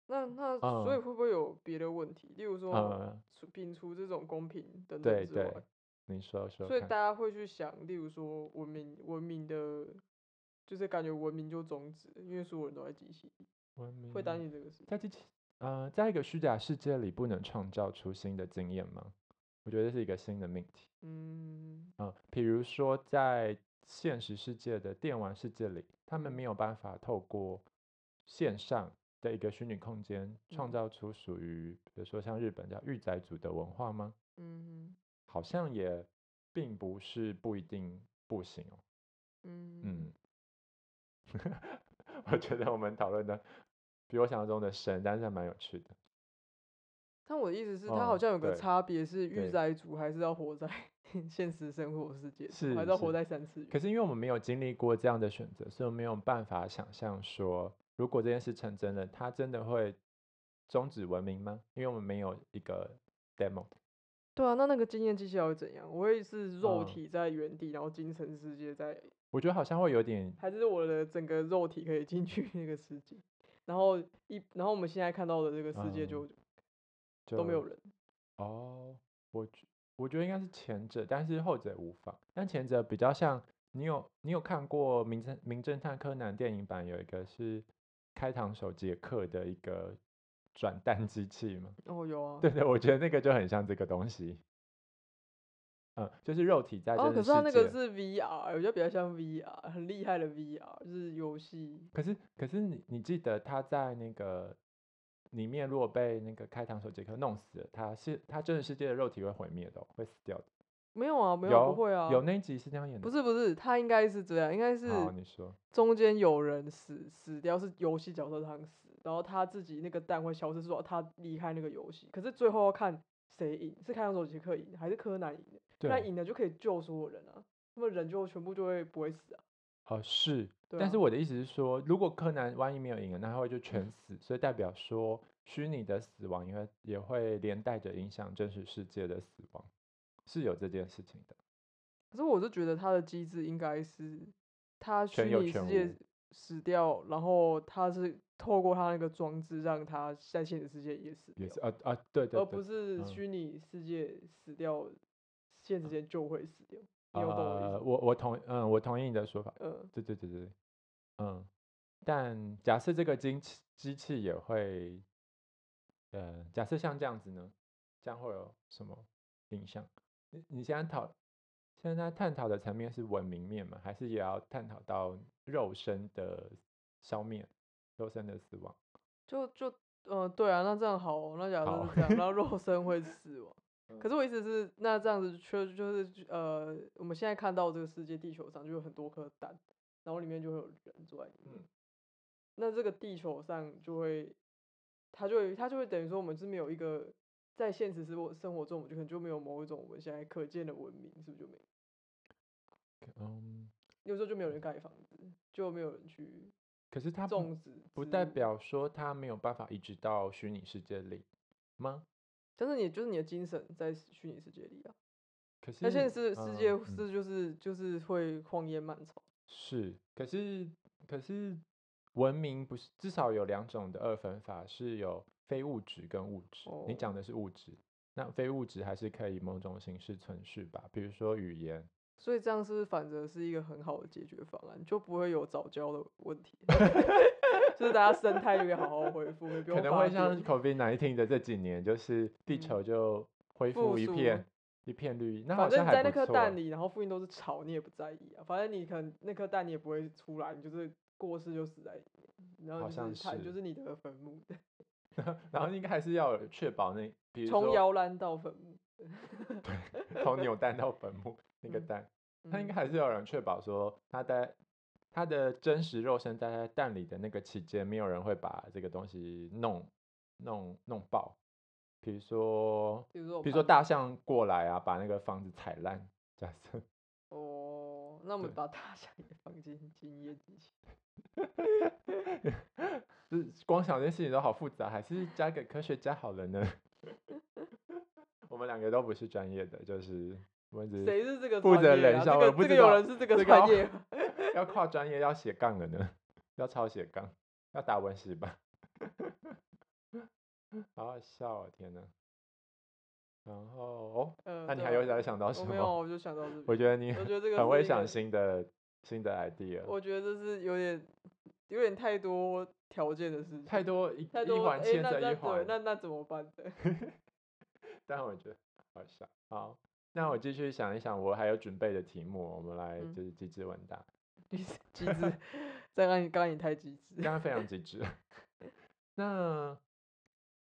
[SPEAKER 2] 那那所以
[SPEAKER 1] 嗯
[SPEAKER 2] 会不会有别的问题？例如说，
[SPEAKER 1] 呃，
[SPEAKER 2] 除摒除这种公平等
[SPEAKER 1] 对
[SPEAKER 2] 等之外
[SPEAKER 1] 对，，你说说
[SPEAKER 2] 所以
[SPEAKER 1] 看
[SPEAKER 2] 大。家会去想，例如说文明文明的，就是感觉文明就终止了，因为所有人都在机器里，
[SPEAKER 1] 文明
[SPEAKER 2] 会担心这个事。
[SPEAKER 1] 在这期呃，在一个虚假世界里，不能创造出新的经验吗？我觉得这是一个新的命题。
[SPEAKER 2] 嗯，
[SPEAKER 1] 啊、比如说在现实世界的电玩世界里，他们
[SPEAKER 2] 嗯
[SPEAKER 1] 没有办法透过线上的一个虚拟空间，创
[SPEAKER 2] 嗯
[SPEAKER 1] 造出属于，比如说像日本叫御宅族的文化吗？
[SPEAKER 2] 嗯
[SPEAKER 1] 好像也并不是不一定不行哦。
[SPEAKER 2] 嗯
[SPEAKER 1] 嗯， 我觉得我们讨论的比我想象中的深，但是还蛮有趣的。
[SPEAKER 2] 但我的意思是，它好
[SPEAKER 1] 哦
[SPEAKER 2] 像有个
[SPEAKER 1] 对
[SPEAKER 2] 差别是，御
[SPEAKER 1] 对
[SPEAKER 2] 宅族还是要活在 现实生活世界中，
[SPEAKER 1] 是
[SPEAKER 2] 还是要活
[SPEAKER 1] 是
[SPEAKER 2] 在三次元。
[SPEAKER 1] 可是因为我们没有经历过这样的选择，所以我没有办法想象说，如果这件事成真了，它真的会终止文明吗？因为我们没有一个 demo。
[SPEAKER 2] 对啊，那那个经验机器要怎样？我会是肉
[SPEAKER 1] 嗯
[SPEAKER 2] 体在原地，然后精神世界在
[SPEAKER 1] 我觉得好像会有点
[SPEAKER 2] 还是我的整个肉体可以进去那个世界，然后一然后我们现在看到的这个世界
[SPEAKER 1] 嗯
[SPEAKER 2] 就、
[SPEAKER 1] 就
[SPEAKER 2] 都没有人，
[SPEAKER 1] 哦，我觉我觉得应该是前者，但是后者无妨。但前者比较像你有你有看过《名侦名侦探柯南》电影版有一个是开膛手杰克的一个转蛋机器吗？
[SPEAKER 2] 哦有啊，
[SPEAKER 1] 对对，我觉得那个就很像这个东西。嗯，就是肉体在
[SPEAKER 2] 哦
[SPEAKER 1] 真
[SPEAKER 2] 可
[SPEAKER 1] 实
[SPEAKER 2] 是
[SPEAKER 1] 世界。
[SPEAKER 2] 它那个是 VR，我觉得比较像 VR，很厉害的 VR，就是游戏
[SPEAKER 1] 可是可是你你记得他在那个里面，如果被那个开膛手杰克弄死了，他是他真实世界的肉体会毁灭的哦、会死掉的。
[SPEAKER 2] 没有啊没有
[SPEAKER 1] 有
[SPEAKER 2] 不会啊，
[SPEAKER 1] 有那一集是这样演的，
[SPEAKER 2] 不是不是，它应该是这样，应该是
[SPEAKER 1] 好，你说
[SPEAKER 2] 中间有人死死掉，是游戏角色他死，然后他自己那个蛋会消失，说他离开那个游戏。可是最后要看谁赢，是开膛手杰克赢还是柯南赢的？柯南
[SPEAKER 1] 对
[SPEAKER 2] 赢了就可以救所有人啊，那么人就全部就会不会死啊。
[SPEAKER 1] 哦是，
[SPEAKER 2] 对
[SPEAKER 1] 但
[SPEAKER 2] 啊
[SPEAKER 1] 是我的意思是说，如果柯南万一没有赢了，那他会就 全死，所以代表说虚拟的死亡也会也会连带着影响真实世界的死亡，是有这件事情的。
[SPEAKER 2] 可是我是觉得他的机制应该是他虚
[SPEAKER 1] 全有
[SPEAKER 2] 拟世
[SPEAKER 1] 全
[SPEAKER 2] 界
[SPEAKER 1] 无
[SPEAKER 2] 死掉，然后他是透过他那个装置让他在现实世界也死掉
[SPEAKER 1] 也，是啊啊，对对对
[SPEAKER 2] 而哦不，是
[SPEAKER 1] 嗯
[SPEAKER 2] 虚拟世界死掉，现实世界就会死掉。你有懂我意思
[SPEAKER 1] 呃，
[SPEAKER 2] 吗？
[SPEAKER 1] 我我同嗯我同意你的说法，
[SPEAKER 2] 嗯。
[SPEAKER 1] 对对对对，嗯，但假设这个机器机器也会，呃，假设像这样子呢，这样会有什么影响？你你现在讨现在探讨的层面是文明面吗？还是也要探讨到肉身的消灭、肉身的死亡？
[SPEAKER 2] 就就呃，对啊，那这样好哦，那假设
[SPEAKER 1] 好嗯
[SPEAKER 2] 是这样，然后 肉身会死亡。可是我意思是，那这样子就就是呃，我们现在看到这个世界，地球上就有很多颗蛋，然后里面就会有人坐在里面。
[SPEAKER 1] 嗯
[SPEAKER 2] 那这个地球上就会，它就会它就会等于说，我们是没有一个在现实生活生活中，我们就可能就没有某一种我们现在可见的文明，是不是就没？
[SPEAKER 1] 嗯，
[SPEAKER 2] 有时候就没有人盖房子，就没有人去
[SPEAKER 1] 可是它不
[SPEAKER 2] 种植，
[SPEAKER 1] 不代，表说它没有办法移植到虚拟世界里吗？
[SPEAKER 2] 但是你就是你的精神在虚拟世界里啊。
[SPEAKER 1] 可是
[SPEAKER 2] 那现实世界
[SPEAKER 1] 嗯嗯
[SPEAKER 2] 是就是就是会荒烟漫草，
[SPEAKER 1] 是，可是可是文明不是至少有两种的二分法，是有非物质跟物质。你
[SPEAKER 2] 哦
[SPEAKER 1] 讲的是物质，那非物质还是可以某种形式存续吧，比如说语言。
[SPEAKER 2] 所以这样是不是反正是一个很好的解决方案，就不会有早教的问题， 就是大家生态就可以好好恢复，也
[SPEAKER 1] 可
[SPEAKER 2] 不用
[SPEAKER 1] 能
[SPEAKER 2] 发
[SPEAKER 1] 会像
[SPEAKER 2] 电
[SPEAKER 1] COVID 19的这几年，就是地
[SPEAKER 2] 嗯
[SPEAKER 1] 球就恢
[SPEAKER 2] 复
[SPEAKER 1] 复一
[SPEAKER 2] 苏
[SPEAKER 1] 片一片绿意，那好
[SPEAKER 2] 反正
[SPEAKER 1] 像
[SPEAKER 2] 你在
[SPEAKER 1] 还
[SPEAKER 2] 那
[SPEAKER 1] 不
[SPEAKER 2] 颗
[SPEAKER 1] 错。欸
[SPEAKER 2] 蛋里，然后附近都是草，你也不在意啊。反正你可能那颗蛋你也不会出来，你就是过世就死在里面，然后
[SPEAKER 1] 好
[SPEAKER 2] 就
[SPEAKER 1] 像
[SPEAKER 2] 是它就是是你的坟墓，
[SPEAKER 1] 然后应该还是要有确保那，比如
[SPEAKER 2] 从
[SPEAKER 1] 说
[SPEAKER 2] 摇篮到坟墓。
[SPEAKER 1] 从扭蛋到坟墓那个
[SPEAKER 2] 嗯
[SPEAKER 1] 蛋。他应
[SPEAKER 2] 嗯
[SPEAKER 1] 该还是有人确保说他在他的真实肉身待在蛋里的那个期间，没有人会把这个东西弄弄弄爆。比如说，
[SPEAKER 2] 比如说我
[SPEAKER 1] 比如说
[SPEAKER 2] 搬
[SPEAKER 1] 大象过来啊，把那个房子踩烂。假设
[SPEAKER 2] 哦，那我们
[SPEAKER 1] 对
[SPEAKER 2] 把大象也放进精液机器。
[SPEAKER 1] 就是光想这些事情都好复杂，还是交给科学家好了呢？我们两个都不是专业的，就是我们只是
[SPEAKER 2] 谁是这个
[SPEAKER 1] 负
[SPEAKER 2] 专
[SPEAKER 1] 责
[SPEAKER 2] 业
[SPEAKER 1] 冷
[SPEAKER 2] 啊？
[SPEAKER 1] 笑我
[SPEAKER 2] 这
[SPEAKER 1] 不
[SPEAKER 2] 个这
[SPEAKER 1] 知
[SPEAKER 2] 个有
[SPEAKER 1] 道
[SPEAKER 2] 人是这个
[SPEAKER 1] 这个
[SPEAKER 2] 专
[SPEAKER 1] 要
[SPEAKER 2] 业吗，
[SPEAKER 1] 要跨专业，要斜杠了呢，要抄斜杠，要打文史吧， 好好笑哦，天哪！然后哦，
[SPEAKER 2] 呃，
[SPEAKER 1] 那你
[SPEAKER 2] 对
[SPEAKER 1] 还
[SPEAKER 2] 啊
[SPEAKER 1] 有想想到
[SPEAKER 2] 我
[SPEAKER 1] 什
[SPEAKER 2] 没有，
[SPEAKER 1] 么？
[SPEAKER 2] 我就想到这
[SPEAKER 1] 我
[SPEAKER 2] 边。
[SPEAKER 1] 觉得你
[SPEAKER 2] 我觉得这个
[SPEAKER 1] 很会
[SPEAKER 2] 是一个
[SPEAKER 1] 想新的新的 idea，
[SPEAKER 2] 我觉得这是有点有点太多条件的事情，
[SPEAKER 1] 太多一
[SPEAKER 2] 太
[SPEAKER 1] 一
[SPEAKER 2] 多
[SPEAKER 1] 环
[SPEAKER 2] 哎
[SPEAKER 1] 牵
[SPEAKER 2] 那
[SPEAKER 1] 着一
[SPEAKER 2] 那对
[SPEAKER 1] 环，
[SPEAKER 2] 那那怎么办 的？
[SPEAKER 1] 但我觉得好笑。好，那我继续想一想，我还有准备的题目，我们来
[SPEAKER 2] 嗯
[SPEAKER 1] 就是机智问答。
[SPEAKER 2] 你是 机智，再让你刚刚你 太机 智。
[SPEAKER 1] 刚刚非常极致。 那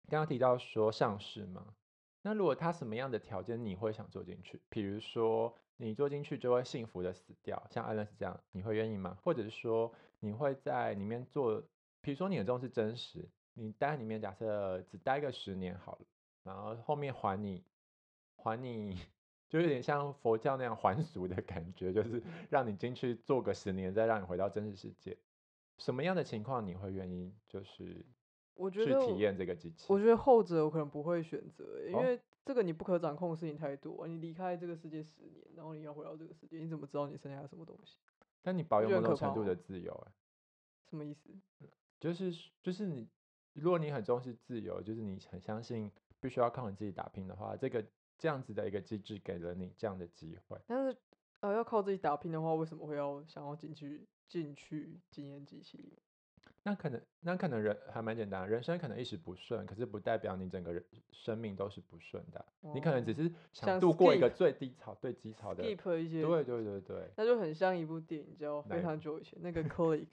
[SPEAKER 1] 刚刚提到说上市嘛，那如果他什么样的条件你会想做进去？比如说你做进去就会幸福的死掉，像艾伦是这样，你会愿意吗？或者是说你会在里面做，比如说你的钟是真实，你待在里面假设只待个十年好了，然后后面还你还你。就有点像佛教那样还俗的感觉，就是让你进去做个十年，再让你回到真实世界。什么样的情况你会愿意就是
[SPEAKER 2] 我觉
[SPEAKER 1] 去
[SPEAKER 2] 得
[SPEAKER 1] 体
[SPEAKER 2] 我
[SPEAKER 1] 验这个机器？
[SPEAKER 2] 我觉得后者我可能不会选择欸，因
[SPEAKER 1] 哦
[SPEAKER 2] 为这个你不可掌控的事情太多，你离开这个世界十年，然后你要回到这个世界，你怎么知道你剩下什么东西？
[SPEAKER 1] 但你保有
[SPEAKER 2] 觉
[SPEAKER 1] 某
[SPEAKER 2] 得
[SPEAKER 1] 种
[SPEAKER 2] 很可
[SPEAKER 1] 程
[SPEAKER 2] 怕
[SPEAKER 1] 度的
[SPEAKER 2] 哦
[SPEAKER 1] 自由、欸，
[SPEAKER 2] 什么意思？
[SPEAKER 1] 就是就是你，如果你很重视自由，就是你很相信必须要靠你自己打拼的话，这个这样子的一个机制给了你这样的机会。
[SPEAKER 2] 但是呃，要靠自己打拼的话，为什么会要想要进去进去经验机器里面？
[SPEAKER 1] 那可能那可能人还蛮简单啊的，人生可能一时不顺，可是不代表你整个人生命都是不顺的啊。你可能只
[SPEAKER 2] 哦
[SPEAKER 1] 是想
[SPEAKER 2] 像
[SPEAKER 1] 度过一个
[SPEAKER 2] skip
[SPEAKER 1] 最低潮、最低潮的。
[SPEAKER 2] skip 一些，
[SPEAKER 1] 对对对对，
[SPEAKER 2] 那就很像一部电影叫《
[SPEAKER 1] 哪一
[SPEAKER 2] 非常久以前》，那个 Click，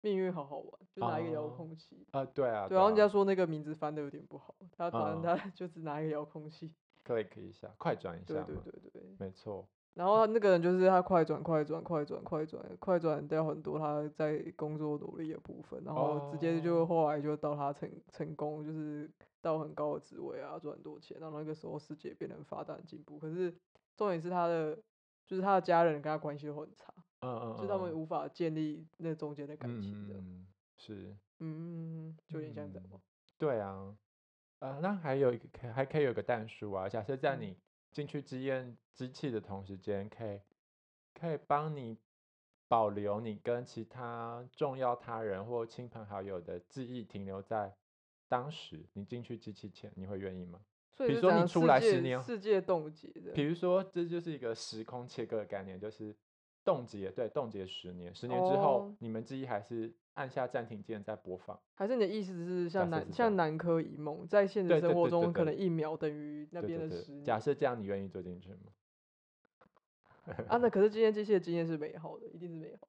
[SPEAKER 2] 命运好好玩，就拿一个遥
[SPEAKER 1] 哦
[SPEAKER 2] 控器。
[SPEAKER 1] 啊、对啊，
[SPEAKER 2] 对，然后人家说那个名字翻的有点不好，他反正
[SPEAKER 1] 嗯
[SPEAKER 2] 他就只拿一个遥控器。
[SPEAKER 1] click 一下，快转一下
[SPEAKER 2] 对
[SPEAKER 1] 嘛，
[SPEAKER 2] 对对对。
[SPEAKER 1] 没错，
[SPEAKER 2] 然后那个人就是他快转快转快转快转快转掉很多他在工作努力的部分，然后直接就
[SPEAKER 1] 哦
[SPEAKER 2] 后来就到他成成功，就是到很高的职位啊，赚很多钱，然后那个时候世界变得很发达很进步。可是重点是他的就是他的家人跟他关系都很差，
[SPEAKER 1] 嗯嗯，
[SPEAKER 2] 就他们
[SPEAKER 1] 嗯
[SPEAKER 2] 无法建立那中间的感
[SPEAKER 1] 嗯
[SPEAKER 2] 情的。
[SPEAKER 1] 嗯
[SPEAKER 2] 嗯
[SPEAKER 1] 嗯是。
[SPEAKER 2] 嗯嗯，就有点像这样吧。
[SPEAKER 1] 对啊，呃，那还有一个可以还可以有个蛋叔啊，假设在
[SPEAKER 2] 嗯
[SPEAKER 1] 你进去经验机器的同时间，可以可以帮你保留你跟其他重要他人或亲朋好友的记忆停留在当时你进去机器前，你会愿意吗？
[SPEAKER 2] 所以
[SPEAKER 1] 比
[SPEAKER 2] 是
[SPEAKER 1] 如说
[SPEAKER 2] 怎
[SPEAKER 1] 你
[SPEAKER 2] 样
[SPEAKER 1] 出
[SPEAKER 2] 世
[SPEAKER 1] 来十
[SPEAKER 2] 界
[SPEAKER 1] 年
[SPEAKER 2] 世界冻结的。
[SPEAKER 1] 比如说，这就是一个时空切割的概念，就是冻结，对，冻结十年，十年之后、
[SPEAKER 2] 哦
[SPEAKER 1] 你们记忆还是按下暂停键在播放。
[SPEAKER 2] 还是你的意思是
[SPEAKER 1] 假
[SPEAKER 2] 像
[SPEAKER 1] 设是
[SPEAKER 2] 南
[SPEAKER 1] 这样
[SPEAKER 2] 像南柯一梦，在现
[SPEAKER 1] 对
[SPEAKER 2] 实
[SPEAKER 1] 对
[SPEAKER 2] 生活
[SPEAKER 1] 对对
[SPEAKER 2] 中可
[SPEAKER 1] 对
[SPEAKER 2] 能一秒等于那
[SPEAKER 1] 对
[SPEAKER 2] 边
[SPEAKER 1] 对
[SPEAKER 2] 的啊
[SPEAKER 1] 对
[SPEAKER 2] 十
[SPEAKER 1] 假
[SPEAKER 2] 年
[SPEAKER 1] 设这样，你愿意做进去吗？
[SPEAKER 2] 啊？那可是今天这些经验是美好的，一定是美好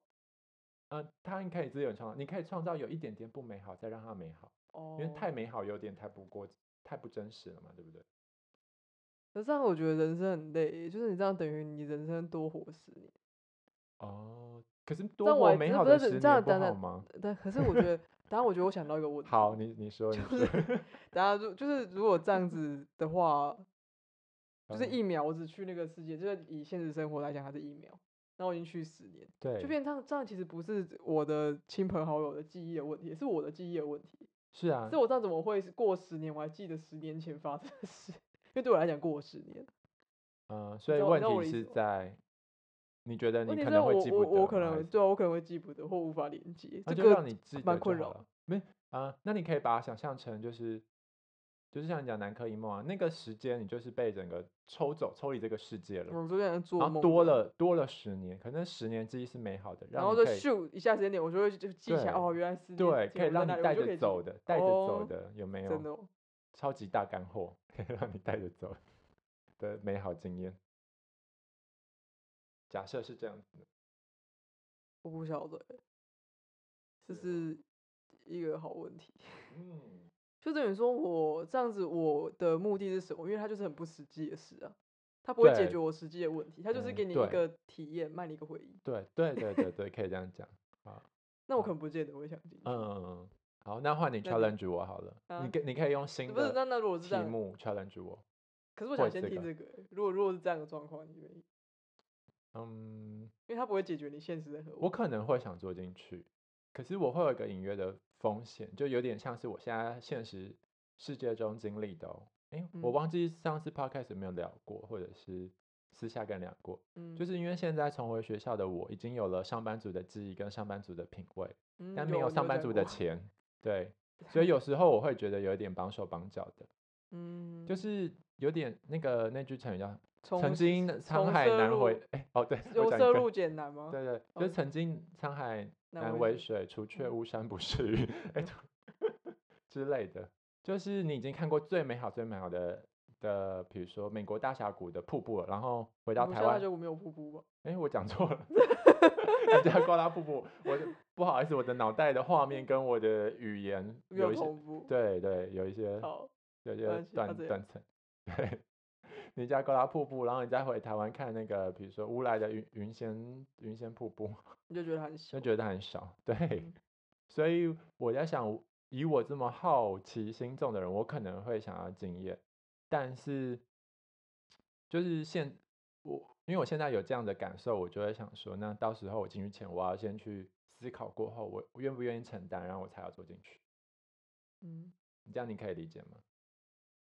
[SPEAKER 1] 呃，它可以自由创造，你可以创造有一点点不美好，再让它美好，
[SPEAKER 2] 哦。
[SPEAKER 1] 因为太美好有点太不过，太不真实了嘛，对不对？
[SPEAKER 2] 可是这样我觉得人生很累，就是你这样等于你人生多活十年。
[SPEAKER 1] 哦，可是
[SPEAKER 2] 样
[SPEAKER 1] 多
[SPEAKER 2] 我
[SPEAKER 1] 么
[SPEAKER 2] 还
[SPEAKER 1] 美
[SPEAKER 2] 知道
[SPEAKER 1] 好
[SPEAKER 2] 不
[SPEAKER 1] 的
[SPEAKER 2] 是
[SPEAKER 1] 十
[SPEAKER 2] 这样
[SPEAKER 1] 年不
[SPEAKER 2] 等
[SPEAKER 1] 好
[SPEAKER 2] 等
[SPEAKER 1] 吗？
[SPEAKER 2] 但可是我觉得， 当然我觉得我想到一个问题，
[SPEAKER 1] 好，你你说，你
[SPEAKER 2] 就
[SPEAKER 1] 说，
[SPEAKER 2] 是等下就就是如果这样子的话，就是
[SPEAKER 1] 嗯
[SPEAKER 2] 一秒我只去那个世界，就是以现实生活来讲，它是一秒，那我已经去十年。
[SPEAKER 1] 对，
[SPEAKER 2] 就变这样，这样其实不是我的亲朋好友的记忆的问题，是我的记忆的问题。
[SPEAKER 1] 是啊
[SPEAKER 2] 是，我这样怎么会是过十年我还记得十年前发生的事？因为对我来讲，过十年，
[SPEAKER 1] 嗯、所以
[SPEAKER 2] 知道
[SPEAKER 1] 问
[SPEAKER 2] 你知道我的
[SPEAKER 1] 题
[SPEAKER 2] 意
[SPEAKER 1] 是
[SPEAKER 2] 思吗
[SPEAKER 1] 在，你觉得
[SPEAKER 2] 问
[SPEAKER 1] 你
[SPEAKER 2] 题
[SPEAKER 1] 可
[SPEAKER 2] 是
[SPEAKER 1] 能
[SPEAKER 2] 我
[SPEAKER 1] 会记不
[SPEAKER 2] 我
[SPEAKER 1] 得
[SPEAKER 2] 我可
[SPEAKER 1] 吗还
[SPEAKER 2] 能
[SPEAKER 1] 是
[SPEAKER 2] 对啊我可能会记不得或无法连接。
[SPEAKER 1] 那
[SPEAKER 2] 这
[SPEAKER 1] 就
[SPEAKER 2] 个
[SPEAKER 1] 让你记得
[SPEAKER 2] 蛮
[SPEAKER 1] 就
[SPEAKER 2] 困
[SPEAKER 1] 好
[SPEAKER 2] 扰
[SPEAKER 1] 了。没啊、呃那你可以把它想象成就是，就是像你讲南柯一梦啊，那个时间你就是被整个抽走、抽离这个世界了，
[SPEAKER 2] 我昨天做
[SPEAKER 1] 然
[SPEAKER 2] 梦
[SPEAKER 1] 后多
[SPEAKER 2] 这样，
[SPEAKER 1] 了多了十年，可能十年记忆是美好的，
[SPEAKER 2] 然
[SPEAKER 1] 让
[SPEAKER 2] 后
[SPEAKER 1] 你
[SPEAKER 2] 就
[SPEAKER 1] 可以
[SPEAKER 2] 咻一下时间点，我就会就记起
[SPEAKER 1] 对
[SPEAKER 2] 来，哦，原来十年
[SPEAKER 1] 对，
[SPEAKER 2] 前
[SPEAKER 1] 可以
[SPEAKER 2] 我在
[SPEAKER 1] 让
[SPEAKER 2] 那
[SPEAKER 1] 你
[SPEAKER 2] 里
[SPEAKER 1] 带
[SPEAKER 2] 我就可
[SPEAKER 1] 着
[SPEAKER 2] 以记
[SPEAKER 1] 走
[SPEAKER 2] 得
[SPEAKER 1] 的，带着走
[SPEAKER 2] 哦
[SPEAKER 1] 的，有没
[SPEAKER 2] 真的
[SPEAKER 1] 有？
[SPEAKER 2] 哦、
[SPEAKER 1] 超级大干货， 可以让你带着走的美好经验。假设是这样子的，
[SPEAKER 2] 我不晓得欸，这
[SPEAKER 1] 是哦
[SPEAKER 2] 是一个好问题。
[SPEAKER 1] 嗯，
[SPEAKER 2] 就等于说我这样子，我的目的是什么？因为它就是很不实际的事啊，它不会解
[SPEAKER 1] 对
[SPEAKER 2] 决我实际的问题，它就是
[SPEAKER 1] 嗯
[SPEAKER 2] 给你
[SPEAKER 1] 对
[SPEAKER 2] 一个体验，卖你一个回忆。
[SPEAKER 1] 对对对对对，可以这样讲。
[SPEAKER 2] 那我
[SPEAKER 1] 好
[SPEAKER 2] 可能不见得会想进去。
[SPEAKER 1] 嗯，好，那换你
[SPEAKER 2] 那你
[SPEAKER 1] challenge 我好了，
[SPEAKER 2] 啊
[SPEAKER 1] 你可你可以用新
[SPEAKER 2] 不是，
[SPEAKER 1] 的
[SPEAKER 2] 那那如果是
[SPEAKER 1] 题
[SPEAKER 2] 这样，
[SPEAKER 1] 目 challenge 我。
[SPEAKER 2] 可是我
[SPEAKER 1] 或
[SPEAKER 2] 想
[SPEAKER 1] 者
[SPEAKER 2] 先
[SPEAKER 1] 这
[SPEAKER 2] 听
[SPEAKER 1] 个
[SPEAKER 2] 这个欸、如果如果是这样的状况，你愿意？
[SPEAKER 1] 嗯，
[SPEAKER 2] 因为它不会解决你现实的和
[SPEAKER 1] 我可能会想做进去，可是我会有一个隐约的风险，就有点像是我现在现实世界中经历的、哦。哎，我
[SPEAKER 2] 嗯
[SPEAKER 1] 忘记上次 podcast 有没有聊过，或者是私下跟聊过，
[SPEAKER 2] 嗯，
[SPEAKER 1] 就是因为现在重回学校的我，已经有了上班族的记忆跟上班族的品味，
[SPEAKER 2] 嗯
[SPEAKER 1] 但没有
[SPEAKER 2] 有
[SPEAKER 1] 上班族的
[SPEAKER 2] 钱，
[SPEAKER 1] 钱。对，所以有时候我会觉得有一点绑手绑脚的，
[SPEAKER 2] 嗯，
[SPEAKER 1] 就是有点那个那句成语叫
[SPEAKER 2] 从
[SPEAKER 1] 曾
[SPEAKER 2] 是
[SPEAKER 1] 经的沧
[SPEAKER 2] 从
[SPEAKER 1] 海
[SPEAKER 2] 涉
[SPEAKER 1] 难
[SPEAKER 2] 入
[SPEAKER 1] 回，哎、哦，对，我
[SPEAKER 2] 由
[SPEAKER 1] 讲一
[SPEAKER 2] 奢
[SPEAKER 1] 个
[SPEAKER 2] 入俭难吗？
[SPEAKER 1] 对呃对，
[SPEAKER 2] 哦
[SPEAKER 1] 就是曾经沧海
[SPEAKER 2] 难
[SPEAKER 1] 难
[SPEAKER 2] 为
[SPEAKER 1] 为水，除却
[SPEAKER 2] 嗯
[SPEAKER 1] 巫山不是云，哎、对 之类的，就是你已经看过最美好、最美好的的，比如说美国大峡谷的瀑布了，然后回到
[SPEAKER 2] 不
[SPEAKER 1] 台
[SPEAKER 2] 像大
[SPEAKER 1] 湾
[SPEAKER 2] 峡，谷没有瀑布吧？
[SPEAKER 1] 哎、我讲错 了，人家高拉瀑布，我的不好意思，我的脑袋的画面跟我的语言
[SPEAKER 2] 没
[SPEAKER 1] 有
[SPEAKER 2] 有
[SPEAKER 1] 一些，
[SPEAKER 2] 同步。，
[SPEAKER 1] 对对，有一些
[SPEAKER 2] 好，
[SPEAKER 1] 有
[SPEAKER 2] 关
[SPEAKER 1] 些
[SPEAKER 2] 系到
[SPEAKER 1] 断
[SPEAKER 2] 这里
[SPEAKER 1] 断层，对， 尼加加拉瀑布，然后你再回台湾看那个，比如说乌来的云云仙云仙瀑布，
[SPEAKER 2] 你就觉得很小
[SPEAKER 1] 就。觉得很少， 对，
[SPEAKER 2] 嗯
[SPEAKER 1] 所以我在想，以我这么好奇心重的人，我可能会想要经验，但是就是现我因为我现在有这样的感受，我就会想说，那到时候我进去前，我要先去思考过后，我我愿不愿意承担，然后我才要做进去，
[SPEAKER 2] 嗯，
[SPEAKER 1] 这样你可以理解吗？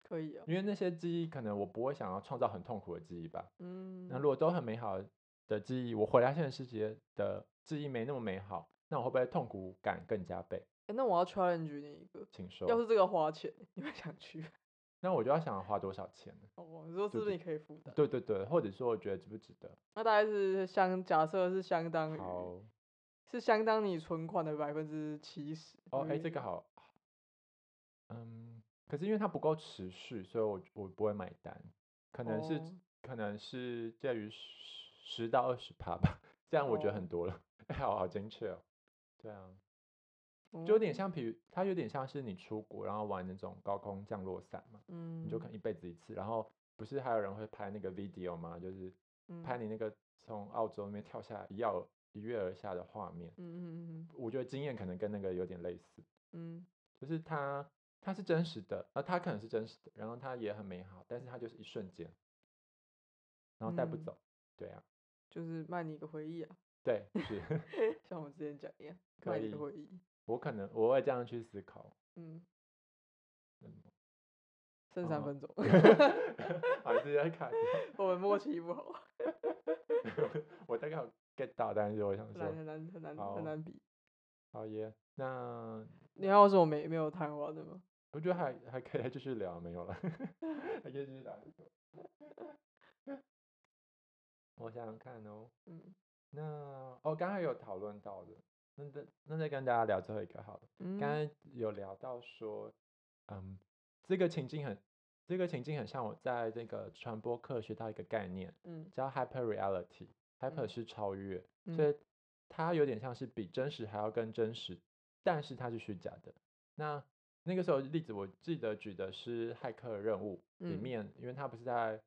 [SPEAKER 2] 可以啊。
[SPEAKER 1] 因为那些记忆可能我不会想要创造很痛苦的记忆吧。
[SPEAKER 2] 嗯，
[SPEAKER 1] 那如果都很美好，的记忆，我回到现实世界的记忆没那么美好，那我会不会痛苦感更加倍？
[SPEAKER 2] 诶那我要 challenge 你一个，
[SPEAKER 1] 请说。
[SPEAKER 2] 要是这个花钱，你会想去？
[SPEAKER 1] 那我就要想要花多少钱呢？
[SPEAKER 2] 哦，你说是
[SPEAKER 1] 对
[SPEAKER 2] 不是
[SPEAKER 1] 对
[SPEAKER 2] 你可以负担？
[SPEAKER 1] 对对对，或者说我觉得值不值得？
[SPEAKER 2] 那大概是相假设是相当于
[SPEAKER 1] 好，
[SPEAKER 2] 是相当你存款的百分之七十。
[SPEAKER 1] 哦，哎，
[SPEAKER 2] 对
[SPEAKER 1] 这个好，嗯，可是因为它不够持续，所以我我不会买单，可能是、
[SPEAKER 2] 哦
[SPEAKER 1] 可能是介于十十到二十趴吧，这样我觉得很
[SPEAKER 2] 哦
[SPEAKER 1] 多了， 哎，好好精确哦，对啊，就有点
[SPEAKER 2] 哦，
[SPEAKER 1] 像，比如它有点像是你出国然后玩那种高空降落伞嘛，
[SPEAKER 2] 嗯，
[SPEAKER 1] 你就可能一辈子一次，然后不是还有人会拍那个 video 吗？就是拍
[SPEAKER 2] 嗯
[SPEAKER 1] 你那个从澳洲那边跳下来一跃一跃而下的画面，
[SPEAKER 2] 嗯嗯嗯
[SPEAKER 1] 我觉得经验可能跟那个有点类似。
[SPEAKER 2] 嗯
[SPEAKER 1] 就是它它是真实的，啊，它可能是真实的，然后它也很美好，但是它就是一瞬间，然后带不
[SPEAKER 2] 嗯
[SPEAKER 1] 走，对啊，
[SPEAKER 2] 就是卖你一个回忆啊，
[SPEAKER 1] 对，是
[SPEAKER 2] 像我们之前讲一样，
[SPEAKER 1] 可
[SPEAKER 2] 卖你一
[SPEAKER 1] 以
[SPEAKER 2] 个回忆。
[SPEAKER 1] 我可能我会这样去思考，
[SPEAKER 2] 嗯，
[SPEAKER 1] 嗯，
[SPEAKER 2] 剩三
[SPEAKER 1] 哦
[SPEAKER 2] 分钟，
[SPEAKER 1] 好，你自己在看，
[SPEAKER 2] 我们默契不好，
[SPEAKER 1] 我大概有 get 到，但是我 想
[SPEAKER 2] 很难
[SPEAKER 1] 说，
[SPEAKER 2] 很难很难
[SPEAKER 1] 好
[SPEAKER 2] 很难比。
[SPEAKER 1] 好耶，那
[SPEAKER 2] 你还有什么没没有谈完的吗？
[SPEAKER 1] 我觉得还还可以再继续聊，没有了， 还可以继续聊，我想想看哦。
[SPEAKER 2] 嗯
[SPEAKER 1] 那哦，刚才有讨论到的，那再那再跟大家聊最后一个好了。
[SPEAKER 2] 嗯，
[SPEAKER 1] 刚才有聊到说，嗯，这个情境很，这个情境很像我在这个传播课学到一个概念，
[SPEAKER 2] 嗯
[SPEAKER 1] 叫 hyper reality。hyper
[SPEAKER 2] 嗯
[SPEAKER 1] 是超越，
[SPEAKER 2] 嗯
[SPEAKER 1] 所以它有点像是比真实还要更真实，但是它是虚假的。那那个时候例子我记得举的是骇客任务里
[SPEAKER 2] 嗯
[SPEAKER 1] 面，因为它不是在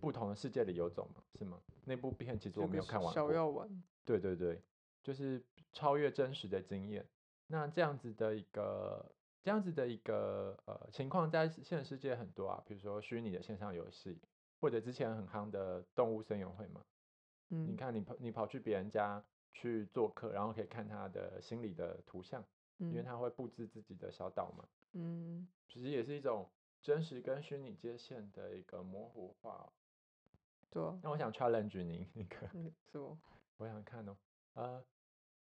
[SPEAKER 1] 不同的世界里游走嘛，是吗？那部片其实
[SPEAKER 2] 那
[SPEAKER 1] 我没
[SPEAKER 2] 个
[SPEAKER 1] 有看完
[SPEAKER 2] 小
[SPEAKER 1] 过。
[SPEAKER 2] 药丸，
[SPEAKER 1] 对对对，就是超越真实的经验。那这样子的一个这样子的一个呃情况，在现实世界很多啊，比如说虚拟的线上游戏，或者之前很夯的动物森友会嘛。
[SPEAKER 2] 嗯
[SPEAKER 1] 你看你跑你跑去别人家去做客，然后可以看他的心理的图像，因为
[SPEAKER 2] 嗯
[SPEAKER 1] 他会布置自己的小岛嘛，
[SPEAKER 2] 嗯
[SPEAKER 1] 其实也是一种真实跟虚拟界限的一个模糊化哦、
[SPEAKER 2] 对啊，
[SPEAKER 1] 那我想 challenge 您一个。
[SPEAKER 2] 嗯什么？
[SPEAKER 1] 我想看哦，呃，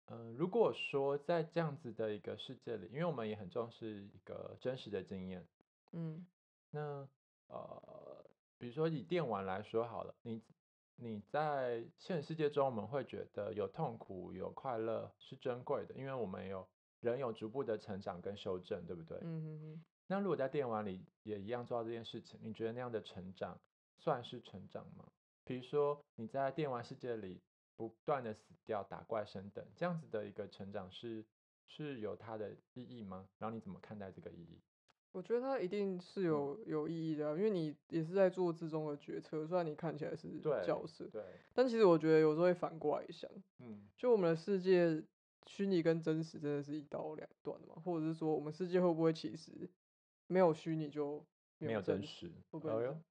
[SPEAKER 1] 呃，如果说在这样子的一个世界里，因为我们也很重视一个真实的经验，
[SPEAKER 2] 嗯
[SPEAKER 1] 那呃，比如说以电玩来说好了，你你在现实世界中，我们会觉得有痛苦、有快乐是珍贵的，因为我们有人有逐步的成长跟修正，对不对？
[SPEAKER 2] 嗯嗯嗯，
[SPEAKER 1] 那如果在电玩里也一样做到这件事情，你觉得那样的成长算是成长吗？比如说你在电玩世界里不断的死掉、打怪升等，这样子的一个成长是是有它的意义吗？然后你怎么看待这个意义？
[SPEAKER 2] 我觉得它一定
[SPEAKER 1] 嗯
[SPEAKER 2] 是有有意义的啊、因为你也是在做之中的决策，虽然你看起来是
[SPEAKER 1] 对
[SPEAKER 2] 角色，
[SPEAKER 1] 对，
[SPEAKER 2] 但其实我觉得有时候会反过来想，
[SPEAKER 1] 嗯
[SPEAKER 2] 就我们的世界虚拟跟真实真的是一刀两断嘛，或者是说我们世界会不会其实没有虚拟就
[SPEAKER 1] 没有
[SPEAKER 2] 有
[SPEAKER 1] 真
[SPEAKER 2] 真？
[SPEAKER 1] 实。
[SPEAKER 2] 会不会
[SPEAKER 1] 哎
[SPEAKER 2] 这
[SPEAKER 1] 呦嗯
[SPEAKER 2] 样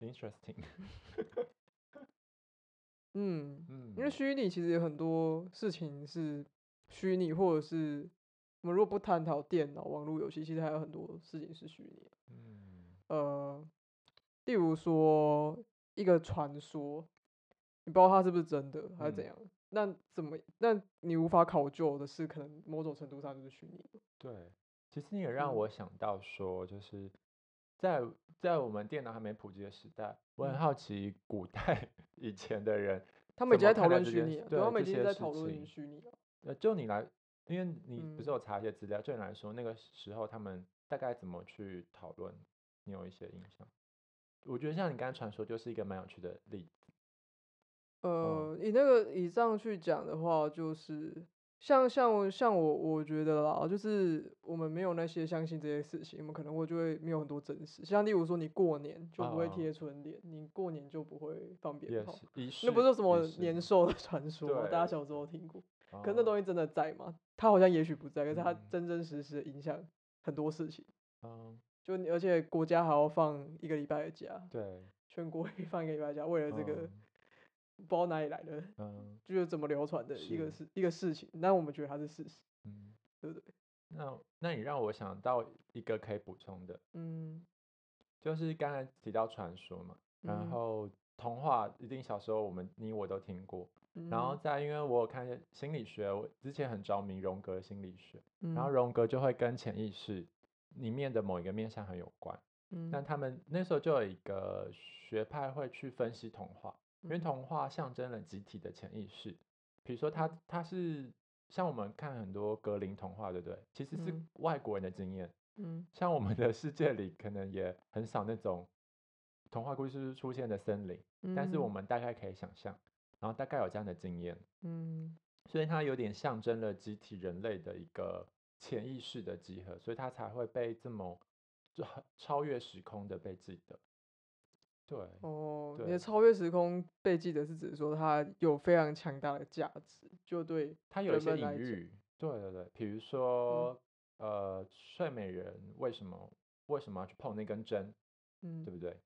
[SPEAKER 1] ，interesting。
[SPEAKER 2] 嗯，
[SPEAKER 1] 嗯，
[SPEAKER 2] 因为虚拟其实有很多事情是虚拟，或者是我们如果不探讨电脑、网络游戏，其实还有很多事情是虚拟的。
[SPEAKER 1] 嗯
[SPEAKER 2] 呃，例如说一个传说，你不知道它是不是真的还是怎
[SPEAKER 1] 嗯
[SPEAKER 2] 样，那怎么那你无法考究的是，可能某种程度上就是虚拟的。
[SPEAKER 1] 对，其实你也让
[SPEAKER 2] 嗯
[SPEAKER 1] 我想到说，就是在在我们电脑还没普及的时代，我很
[SPEAKER 2] 嗯
[SPEAKER 1] 好奇古代 以前的人。
[SPEAKER 2] 他们已
[SPEAKER 1] 怎
[SPEAKER 2] 经
[SPEAKER 1] 么
[SPEAKER 2] 在讨
[SPEAKER 1] 看待
[SPEAKER 2] 论
[SPEAKER 1] 这
[SPEAKER 2] 虚
[SPEAKER 1] 件
[SPEAKER 2] 拟
[SPEAKER 1] 事
[SPEAKER 2] 了，对，
[SPEAKER 1] 对
[SPEAKER 2] 他们已
[SPEAKER 1] 这
[SPEAKER 2] 经
[SPEAKER 1] 些
[SPEAKER 2] 在
[SPEAKER 1] 事
[SPEAKER 2] 讨论
[SPEAKER 1] 情
[SPEAKER 2] 虚拟了。
[SPEAKER 1] 呃，就你来，因为你不是
[SPEAKER 2] 嗯
[SPEAKER 1] 有查一些资料，就你来说，那个时候他们大概怎么去讨论，你有一些印象？我觉得像你刚才传说就是一个蛮有趣的例子。嗯
[SPEAKER 2] 呃，以那个以上去讲的话，就是像像我像我我觉得啦，就是我们没有那些相信这些事情，我们可能会就会没有很多真实。像例如说，你过年就不会
[SPEAKER 1] 啊啊啊
[SPEAKER 2] 贴春联，你过年就不会放鞭
[SPEAKER 1] 也
[SPEAKER 2] 炮
[SPEAKER 1] 是，，仪式
[SPEAKER 2] 哦那不是什
[SPEAKER 1] 仪
[SPEAKER 2] 么
[SPEAKER 1] 式
[SPEAKER 2] 年兽的传说吗，大家
[SPEAKER 1] 对
[SPEAKER 2] 小时候听过。
[SPEAKER 1] 哦
[SPEAKER 2] 可是那东西真的在吗？它好像也许不在，可是它
[SPEAKER 1] 嗯
[SPEAKER 2] 真真实实的影响很多事情。
[SPEAKER 1] 嗯，
[SPEAKER 2] 就你而且国家还要放一个礼拜的假，
[SPEAKER 1] 对，
[SPEAKER 2] 全国也放一个礼拜的假，为了这个
[SPEAKER 1] 嗯
[SPEAKER 2] 不知道哪里来的，
[SPEAKER 1] 嗯
[SPEAKER 2] 就是怎么流传的一个
[SPEAKER 1] 是
[SPEAKER 2] 事一个事情。那我们觉得它是事实，
[SPEAKER 1] 嗯，
[SPEAKER 2] 对不对？
[SPEAKER 1] 那那你让我想到一个可以补充的，
[SPEAKER 2] 嗯，
[SPEAKER 1] 就是刚才提到传说嘛，
[SPEAKER 2] 嗯
[SPEAKER 1] 然后童话一定小时候我们你我都听过，
[SPEAKER 2] 嗯
[SPEAKER 1] 然后
[SPEAKER 2] 哼，
[SPEAKER 1] 再因为我有看心理学，我之前很着迷荣格心理学，然后
[SPEAKER 2] 嗯，
[SPEAKER 1] 荣格就会跟潜意识里面的某一个面向很有关。
[SPEAKER 2] 嗯
[SPEAKER 1] 那他们那时候就有一个学派会去分析童话，因为
[SPEAKER 2] 嗯
[SPEAKER 1] 童话象征了集体的潜意识。比如说它，它是像我们看很多格林童话，对不对？其实是
[SPEAKER 2] 嗯
[SPEAKER 1] 外国人的经验，
[SPEAKER 2] 嗯
[SPEAKER 1] 像我们的世界里可能也很少那种童话故事出现的森林，但是我
[SPEAKER 2] 嗯
[SPEAKER 1] 们大概可以想象，然后大概有这样的经验，
[SPEAKER 2] 嗯
[SPEAKER 1] 所以它有点象征了集体人类的一个潜意识的集合，所以它才会被这么就很超越时空的被记得。对，
[SPEAKER 2] 哦，你
[SPEAKER 1] 对
[SPEAKER 2] 的超越时空被记得是指说它有非常强大的价值，就对，
[SPEAKER 1] 它有一
[SPEAKER 2] 人
[SPEAKER 1] 些
[SPEAKER 2] 们
[SPEAKER 1] 隐
[SPEAKER 2] 来讲
[SPEAKER 1] 喻，嗯对对对，比如说、呃，睡美人为什么为什么要去碰那根针，
[SPEAKER 2] 嗯
[SPEAKER 1] 对不对？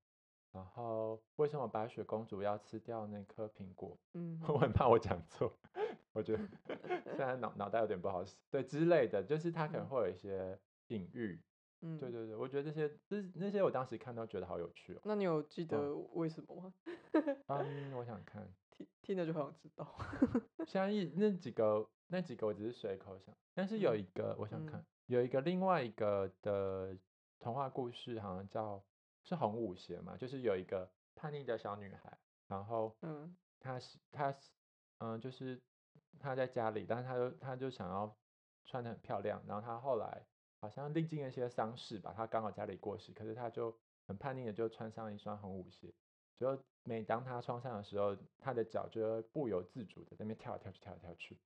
[SPEAKER 1] 然后为什么白雪公主要吃掉那颗苹果？
[SPEAKER 2] 嗯
[SPEAKER 1] 我很怕我讲错，我觉得 现在脑脑袋有点不好使，对之类的，就是它可能
[SPEAKER 2] 嗯
[SPEAKER 1] 会有一些隐喻，
[SPEAKER 2] 嗯，
[SPEAKER 1] 对。对对，我觉得这些这那些我当时看都觉得好有趣哦。
[SPEAKER 2] 那你有记
[SPEAKER 1] 嗯
[SPEAKER 2] 得为什么吗？
[SPEAKER 1] 嗯，我想看，
[SPEAKER 2] 听听了就很想知 道。
[SPEAKER 1] 像一那几个那几个我只是随口想，但是有
[SPEAKER 2] 嗯
[SPEAKER 1] 一个我想看，
[SPEAKER 2] 嗯
[SPEAKER 1] 有一个另外一个的童话故事好像叫是红舞鞋嘛，就是有一个叛逆的小女孩，然后
[SPEAKER 2] 嗯
[SPEAKER 1] 她是她是嗯就是她在家里，但是她就她就想要穿的很漂亮，然后她后来好像历经了一些丧事吧，她刚好家里过世，可是她就很叛逆的就穿上一双红舞鞋，就每当她穿上的时候，她的脚就会不由自主的在那边跳来跳去跳来跳去，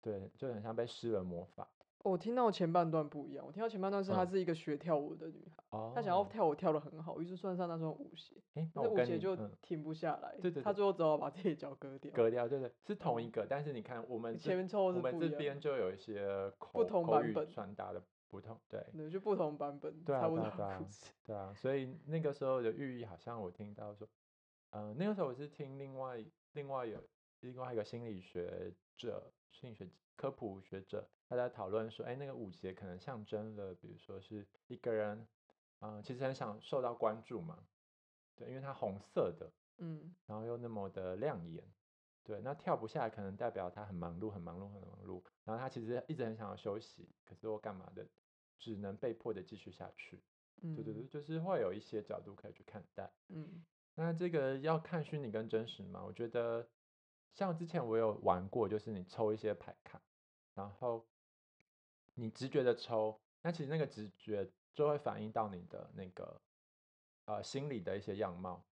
[SPEAKER 1] 对，就很像被施了魔法。
[SPEAKER 2] 我听到前半段不一样，我听到前半段是她
[SPEAKER 1] 嗯
[SPEAKER 2] 是一个学跳舞的女孩，
[SPEAKER 1] 哦，
[SPEAKER 2] 她想要跳舞跳得很好，于是穿上那双舞鞋，
[SPEAKER 1] 哎，那
[SPEAKER 2] 那
[SPEAKER 1] 我
[SPEAKER 2] 舞
[SPEAKER 1] 跟
[SPEAKER 2] 鞋
[SPEAKER 1] 你
[SPEAKER 2] 就
[SPEAKER 1] 嗯
[SPEAKER 2] 停不下来，
[SPEAKER 1] 对对
[SPEAKER 2] 她
[SPEAKER 1] 对
[SPEAKER 2] 最后只好把自己脚割掉。
[SPEAKER 1] 格调，对对，是同一个，但是你看我们这
[SPEAKER 2] 哦前面抽
[SPEAKER 1] 我
[SPEAKER 2] 是
[SPEAKER 1] 们
[SPEAKER 2] 不一
[SPEAKER 1] 这
[SPEAKER 2] 样
[SPEAKER 1] 边
[SPEAKER 2] 的，
[SPEAKER 1] 就有一些口
[SPEAKER 2] 同
[SPEAKER 1] 口
[SPEAKER 2] 版
[SPEAKER 1] 语
[SPEAKER 2] 本
[SPEAKER 1] 传达的不同，对
[SPEAKER 2] 对，就不同版本，
[SPEAKER 1] 对啊
[SPEAKER 2] 差不
[SPEAKER 1] 对
[SPEAKER 2] 多
[SPEAKER 1] 啊对
[SPEAKER 2] 的
[SPEAKER 1] 啊
[SPEAKER 2] 故事。
[SPEAKER 1] 对啊，所以那个时候的寓意好像我听到说，呃，那个时候我是听另外另外有另外一个心理学者、心理学科普学者，他在讨论说，哎，那个舞节可能象征了，比如说是一个人，嗯、其实很想受到关注嘛，对，因为它红色的，
[SPEAKER 2] 嗯
[SPEAKER 1] 然后又那么的亮眼。对，那跳不下来，可能代表他很忙碌，很忙碌，很忙碌。然后他其实一直很想要休息，可是我干嘛的，只能被迫的继续下去。
[SPEAKER 2] 嗯，
[SPEAKER 1] 对对对，就是会有一些角度可以去看待。
[SPEAKER 2] 嗯
[SPEAKER 1] 那这个要看虚拟跟真实嘛？我觉得像之前我有玩过，就是你抽一些牌卡，然后你直觉的抽，那其实那个直觉就会反映到你的那个呃心里的一些样貌。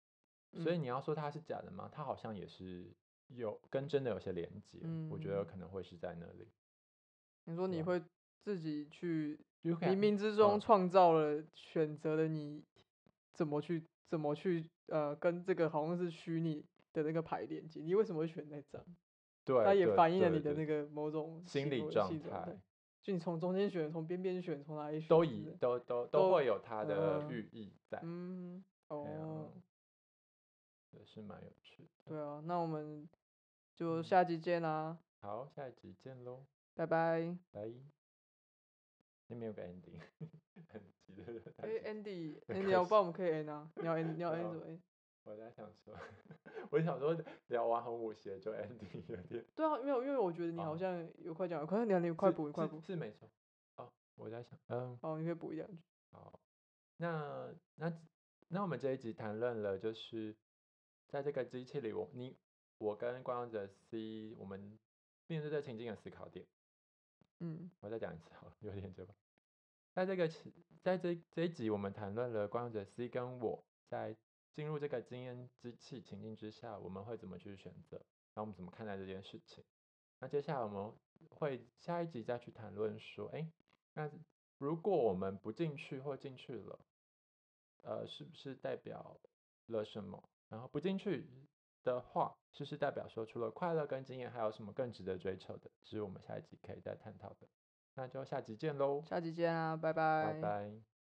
[SPEAKER 1] 所以
[SPEAKER 2] 嗯
[SPEAKER 1] 你要说它是假的吗？它好像也是有跟真的有些连接，我觉得
[SPEAKER 2] 嗯
[SPEAKER 1] 可能会是在那里。
[SPEAKER 2] 你说你
[SPEAKER 1] 啊
[SPEAKER 2] 会自己去
[SPEAKER 1] You
[SPEAKER 2] 冥
[SPEAKER 1] can
[SPEAKER 2] 冥之中创造了选择的你，怎么去怎么去呃跟这个好像是虚拟的那个牌连接，你为什么会选那张？
[SPEAKER 1] 对，
[SPEAKER 2] 它也
[SPEAKER 1] 对
[SPEAKER 2] 反映了
[SPEAKER 1] 对
[SPEAKER 2] 你的
[SPEAKER 1] 对
[SPEAKER 2] 那个某种
[SPEAKER 1] 心理
[SPEAKER 2] 为
[SPEAKER 1] 状
[SPEAKER 2] 性
[SPEAKER 1] 态，
[SPEAKER 2] 就你从中间选，从边边选，从哪里选
[SPEAKER 1] 都
[SPEAKER 2] 之
[SPEAKER 1] 以
[SPEAKER 2] 类
[SPEAKER 1] 都都都
[SPEAKER 2] 都
[SPEAKER 1] 会有它的
[SPEAKER 2] 嗯
[SPEAKER 1] 寓意在。
[SPEAKER 2] 嗯
[SPEAKER 1] 哎呀
[SPEAKER 2] 哦，
[SPEAKER 1] 也是蛮有趣的。
[SPEAKER 2] 对啊，那我们就
[SPEAKER 1] 嗯
[SPEAKER 2] 下集见啦，
[SPEAKER 1] 好，下一集见喽，
[SPEAKER 2] 拜拜。
[SPEAKER 1] 拜。那边有个 ending，很急的人啊太
[SPEAKER 2] 哎、
[SPEAKER 1] 急
[SPEAKER 2] a n d y
[SPEAKER 1] 很
[SPEAKER 2] a
[SPEAKER 1] 开
[SPEAKER 2] n d y
[SPEAKER 1] 心
[SPEAKER 2] 我不知道我们可以 end 啊，你要 end，你要 end
[SPEAKER 1] 好
[SPEAKER 2] 怎么 end？
[SPEAKER 1] 我在想说，我想说聊完红舞鞋就 ending 有点。
[SPEAKER 2] 对啊，没有，因为我觉得你好
[SPEAKER 1] 哦
[SPEAKER 2] 像有快讲，快点，你快
[SPEAKER 1] 是
[SPEAKER 2] 补，你快
[SPEAKER 1] 是
[SPEAKER 2] 补。
[SPEAKER 1] 是没错。哦，我在想，嗯，
[SPEAKER 2] 哦，你可以补一两句。
[SPEAKER 1] 好，哦那那那我们这一集谈论了，就是在这个机器里我，你我跟观众者 C，我们面对这情境的思考点。
[SPEAKER 2] 嗯
[SPEAKER 1] 我再讲一次好了，有点结巴。在这个期在这这一集，我们谈论了观众者 C 跟我在进入这个经验机器情境之下，我们会怎么去选择，然后我们怎么看待这件事情。那接下来我们会下一集再去谈论说，哎，那如果我们不进去或进去了，呃，是不是代表了什么？然后不进去的话，是不是代表说除了快乐跟经验，还有什么更值得追求的？是我们下一集可以再探讨的。那就下集见喽，
[SPEAKER 2] 下集见啊，拜拜。
[SPEAKER 1] 拜拜